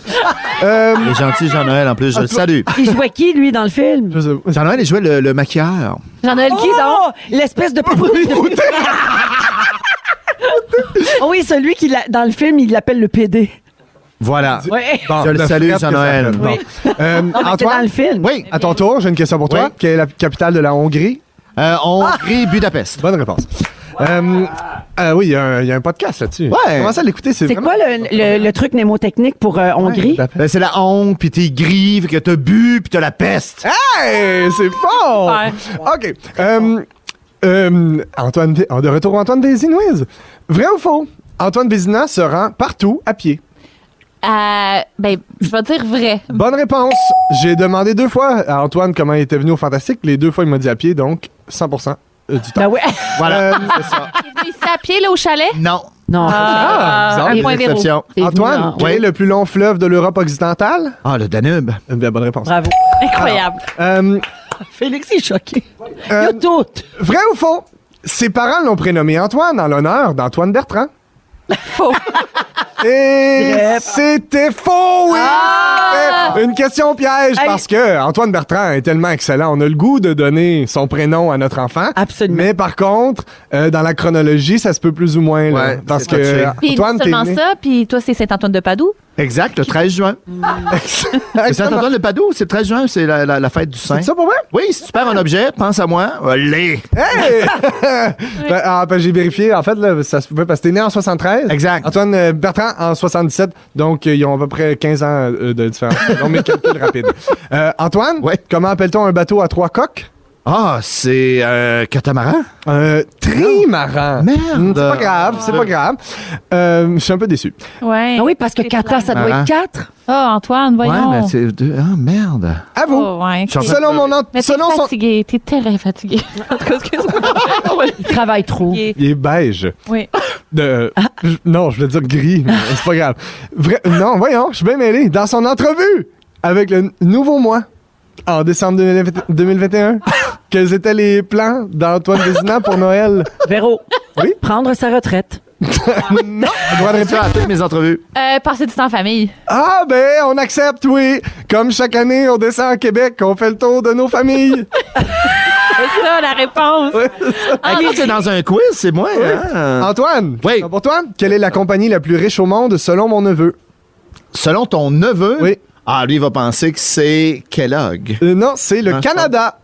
Speaker 12: Euh,
Speaker 10: Il est gentil, Jean-Noël, en plus. Je le salue.
Speaker 2: Il jouait qui, lui, dans le film?
Speaker 12: je sais-
Speaker 10: Jean-Noël, il jouait le, le maquilleur.
Speaker 6: Jean-Noël qui, donc?
Speaker 2: Oh, l'espèce de Oh oui, celui qui l'a- dans le film, il l'appelle le PD.
Speaker 10: Voilà.
Speaker 2: Ouais.
Speaker 12: Bon,
Speaker 10: Je le salue,
Speaker 12: fret que ça
Speaker 10: Jean-Noël.
Speaker 12: fait. Bon. Euh,
Speaker 2: Non, mais Ah, c'est dans
Speaker 12: Antoine,
Speaker 2: le film.
Speaker 10: Oui.
Speaker 12: à ton tour, j'ai une question pour toi.
Speaker 10: Oui.
Speaker 12: Quelle est la capitale de la Hongrie? Ah!
Speaker 10: Euh, Hongrie, Budapest.
Speaker 12: Bonne réponse. Euh, euh, oui, il y, a un- il y a un podcast là-dessus.
Speaker 10: Ouais.
Speaker 12: Commence à l'écouter. C'est
Speaker 2: C'est
Speaker 12: vraiment-
Speaker 2: quoi le, le- le truc mnémotechnique pour euh, Hongrie?
Speaker 10: Ben, c'est la honte, puis t'es gris, puis que t'as bu, puis t'as la peste.
Speaker 12: Hey, c'est fort! OK. Euh, euh, Antoine, Bé- de retour Antoine Bézinouise. Vrai ou faux? Antoine Bézina se rend partout à pied.
Speaker 13: Euh, ben, je vais dire vrai.
Speaker 12: Bonne réponse. J'ai demandé deux fois à Antoine comment il était venu au Fantastique. Les deux fois, il m'a dit à pied, donc 100% euh, du temps. Euh,
Speaker 9: Ben ouais.
Speaker 12: Voilà, c'est ça.
Speaker 13: Il est venu ici à pied, là, au chalet?
Speaker 12: Non. Ah,
Speaker 13: Non.
Speaker 14: Ah,
Speaker 12: bizarre, des exceptions. Antoine, quel est le plus long fleuve de l'Europe occidentale? Ah, le Danube. Une bien bonne réponse. Bravo.
Speaker 2: Incroyable. Félix est choqué. Euh, Il a tout.
Speaker 12: Vrai ou faux? Ses parents l'ont prénommé Antoine en l'honneur d'Antoine Bertrand. Faux. Et c'était faux, oui!
Speaker 13: Ah!
Speaker 12: C'était Une question piège parce que Antoine Bertrand est tellement excellent. On a le goût de donner son prénom à notre enfant. Absolument. Mais par contre, euh, dans la chronologie, ça se peut plus ou moins. là, parce que euh,
Speaker 13: Puis
Speaker 12: Antoine, t'es
Speaker 13: seulement
Speaker 12: né-
Speaker 13: ça, puis toi, c'est Saint-Antoine de Padoue.
Speaker 14: Exact, le 13 juin. c'est Saint-Antoine de Padoue, c'est le 13 juin, c'est la, la- la fête du Saint.
Speaker 12: C'est ça pour vrai?
Speaker 14: Oui, si tu perds un objet, pense à moi. Allez!
Speaker 12: Hey! Ben, ah, ben, j'ai vérifié. En fait, là, ça se pouvait parce que t'es né en 73. Exact. Antoine euh, Bertrand en 77. Donc, euh, ils ont à peu près 15 ans euh, de différence. Donc, mes calculs rapides. Euh, Antoine, comment appelle-t-on un bateau à trois coques?
Speaker 14: Ah, c'est euh, catamaran?
Speaker 12: Un trimaran. Merde! C'est pas grave, c'est pas grave. Euh, Je suis un peu déçu.
Speaker 13: Ouais.
Speaker 2: oui, parce que 4 ans, ça doit
Speaker 12: Marrant.
Speaker 2: être 4.
Speaker 13: Ah, Antoine, voyons.
Speaker 14: Ouais, mais c'est. deux- Ah, merde!
Speaker 12: À vous.
Speaker 13: Oh, ouais,
Speaker 14: Je suis en
Speaker 13: ok.
Speaker 14: train de- Selon mon ent-
Speaker 13: Mais
Speaker 14: selon
Speaker 13: t'es
Speaker 14: son-
Speaker 13: fatigué, t'es très fatigué. en tout cas, excuse-moi.
Speaker 2: Il travaille trop.
Speaker 12: Il est beige.
Speaker 13: Oui.
Speaker 12: De-
Speaker 14: Ah.
Speaker 12: je- Non, je voulais dire gris, mais c'est pas grave. Vrai- Non, voyons, je suis bien mêlé. Dans son entrevue avec le n- nouveau moi en décembre 2020 2021,
Speaker 14: Ah.
Speaker 12: quels étaient les plans d'Antoine Vézina pour Noël?
Speaker 2: Véro.
Speaker 12: Oui?
Speaker 2: Prendre sa retraite.
Speaker 12: non, droit de réplique.
Speaker 14: mes entrevues.
Speaker 13: Euh, passer du temps en famille.
Speaker 12: Ah ben, on accepte, oui. Comme chaque année, on descend à Québec, on fait le tour de nos familles.
Speaker 13: C'est ça, la réponse.
Speaker 14: Allez, c'est dans un quiz, c'est moi. hein?
Speaker 12: Antoine, oui. pour toi, quelle est la compagnie la plus riche au monde selon mon neveu?
Speaker 14: Selon ton neveu?
Speaker 12: Oui.
Speaker 14: Ah, lui, il va penser que c'est Kellogg.
Speaker 12: Euh, non, c'est le Canada.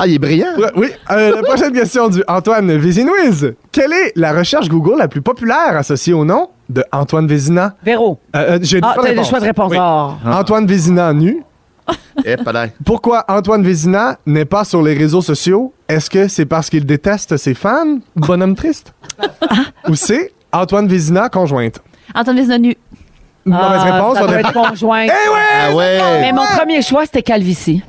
Speaker 14: Ah, il est brillant.
Speaker 12: Ouais, oui. Euh, la prochaine question du Antoine Vézinouiz. Quelle est la recherche Google la plus populaire associée au nom de Antoine Vézina? Euh,
Speaker 2: Véro.
Speaker 12: J'ai
Speaker 2: Ah,
Speaker 12: pas
Speaker 2: t'as des choix de réponse. Ah.
Speaker 12: Antoine Vézina nu.
Speaker 14: Eh, pas d'air.
Speaker 12: Pourquoi Antoine Vézina n'est pas sur les réseaux sociaux? Est-ce que c'est parce qu'il déteste ses fans? Bonhomme triste.
Speaker 2: Ah.
Speaker 12: Ou c'est Antoine Vézina conjointe?
Speaker 13: Antoine Vézina nu.
Speaker 12: Mauvaise réponse.
Speaker 2: Ah, Ça
Speaker 12: bonne
Speaker 2: doit être
Speaker 12: réponse.
Speaker 2: conjoint.
Speaker 14: Ah ouais.
Speaker 2: Mais mon premier choix, c'était Calvici.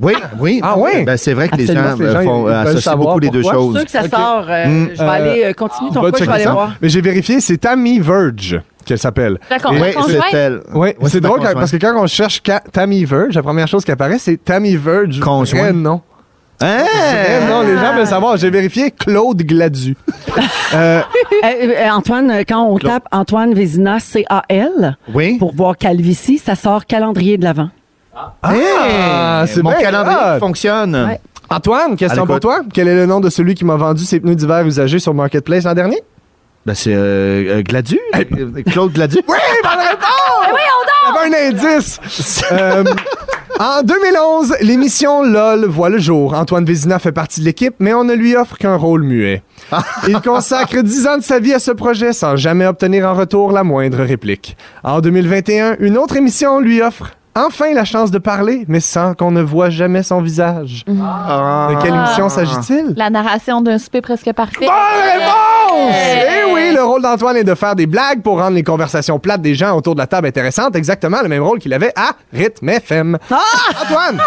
Speaker 14: Oui, oui. Ah oui? Ben, c'est vrai que
Speaker 12: Absolument,
Speaker 14: les gens, euh, font,
Speaker 12: ils- ils
Speaker 14: euh,
Speaker 12: veulent
Speaker 14: associent
Speaker 12: savoir
Speaker 14: beaucoup les deux
Speaker 12: pourquoi.
Speaker 14: choses.
Speaker 2: Je suis sûr que ça
Speaker 12: Ok.
Speaker 2: sort. euh,
Speaker 12: Mm.
Speaker 2: Je vais aller euh, continuer
Speaker 12: Va
Speaker 2: ton choix, je vais
Speaker 12: checker
Speaker 2: aller
Speaker 12: ça.
Speaker 2: voir.
Speaker 12: Mais j'ai vérifié, c'est Tammy Verge qu'elle s'appelle.
Speaker 2: La con-
Speaker 12: Et-
Speaker 2: la Oui,
Speaker 14: Eh,
Speaker 2: conjointe? c'est elle.
Speaker 12: Oui,
Speaker 14: Oui,
Speaker 12: c'est
Speaker 14: c'est la
Speaker 12: drôle quand-
Speaker 14: conjointe.
Speaker 12: parce que quand on cherche Ka- Tammy Verge, la première chose qui apparaît, c'est Tammy Verge.
Speaker 14: Conjoint.
Speaker 12: Vrai nom.
Speaker 14: Hein?
Speaker 12: Vrai nom, les gens veulent savoir. J'ai vérifié Claude Gladu. Euh,
Speaker 2: Euh, euh, Antoine, euh, quand on tape Antoine Vézina C-A-L pour voir Calvici, ça sort calendrier de l'avant.
Speaker 12: Ah, c'est
Speaker 14: mon
Speaker 12: bien
Speaker 14: calendrier
Speaker 12: hot.
Speaker 14: qui fonctionne.
Speaker 12: Antoine, question
Speaker 14: À
Speaker 12: pour
Speaker 14: l'écoute.
Speaker 12: toi. Quel est le nom de celui qui m'a vendu ses pneus d'hiver usagés sur Marketplace l'an dernier?
Speaker 14: Ben, c'est euh, euh, Gladu. Euh, Claude Gladu.
Speaker 12: Oui, bonne réponse!
Speaker 13: oui,
Speaker 12: on dort! un indice! Euh, en 2011, l'émission LOL voit le jour. Antoine Vézina fait partie de l'équipe, mais on ne lui offre qu'un rôle muet. Il consacre 10 ans de sa vie à ce projet sans jamais obtenir en retour la moindre réplique. En 2021, une autre émission lui offre enfin la chance de parler, mais sans qu'on ne voit jamais son visage. De quelle émission s'agit-il?
Speaker 13: La narration d'un souper presque parfait.
Speaker 12: Bonne réponse! Eh oui, le rôle d'Antoine est de faire des blagues pour rendre les conversations plates des gens autour de la table intéressantes. Exactement le même rôle qu'il avait à Rythme FM.
Speaker 2: Ah!
Speaker 12: Antoine!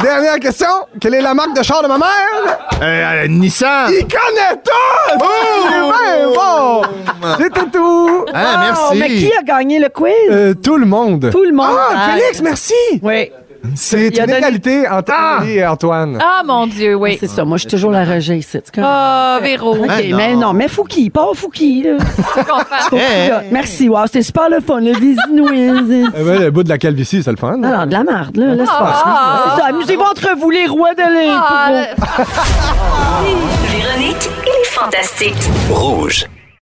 Speaker 12: Dernière question. Quelle est la marque de char de ma mère?
Speaker 14: Euh, euh, Nissan.
Speaker 12: Il connaît tout!
Speaker 2: Oh!
Speaker 12: C'est bien bon! C'était tout!
Speaker 14: Ah, merci.
Speaker 2: Oh, mais qui a gagné le quiz?
Speaker 12: Euh, tout le monde.
Speaker 2: Tout le monde.
Speaker 12: Ah,
Speaker 2: Ah.
Speaker 12: Félix, merci!
Speaker 2: Oui.
Speaker 12: C'est une
Speaker 2: Il a donné-
Speaker 12: égalité entre Amélie et Antoine.
Speaker 13: Ah, mon Dieu, oui.
Speaker 2: C'est ça, moi, je suis toujours la rejet ici. tu comprends?
Speaker 13: Ah, Véro.
Speaker 2: OK,
Speaker 13: Ben
Speaker 2: mais non, mais Fouki, pas Fouki. là. Fouki, là. Merci, wow, c'était super le fun, le Disney.
Speaker 12: Eh ben, le bout de la calvitie, c'est le fun.
Speaker 2: Alors, de la merde, là, laisse
Speaker 13: Ah.
Speaker 2: passer. C'est ça, amusez-vous entre vous, les rois de l'île.
Speaker 1: Véronique et les Fantastiques.
Speaker 3: Rouge.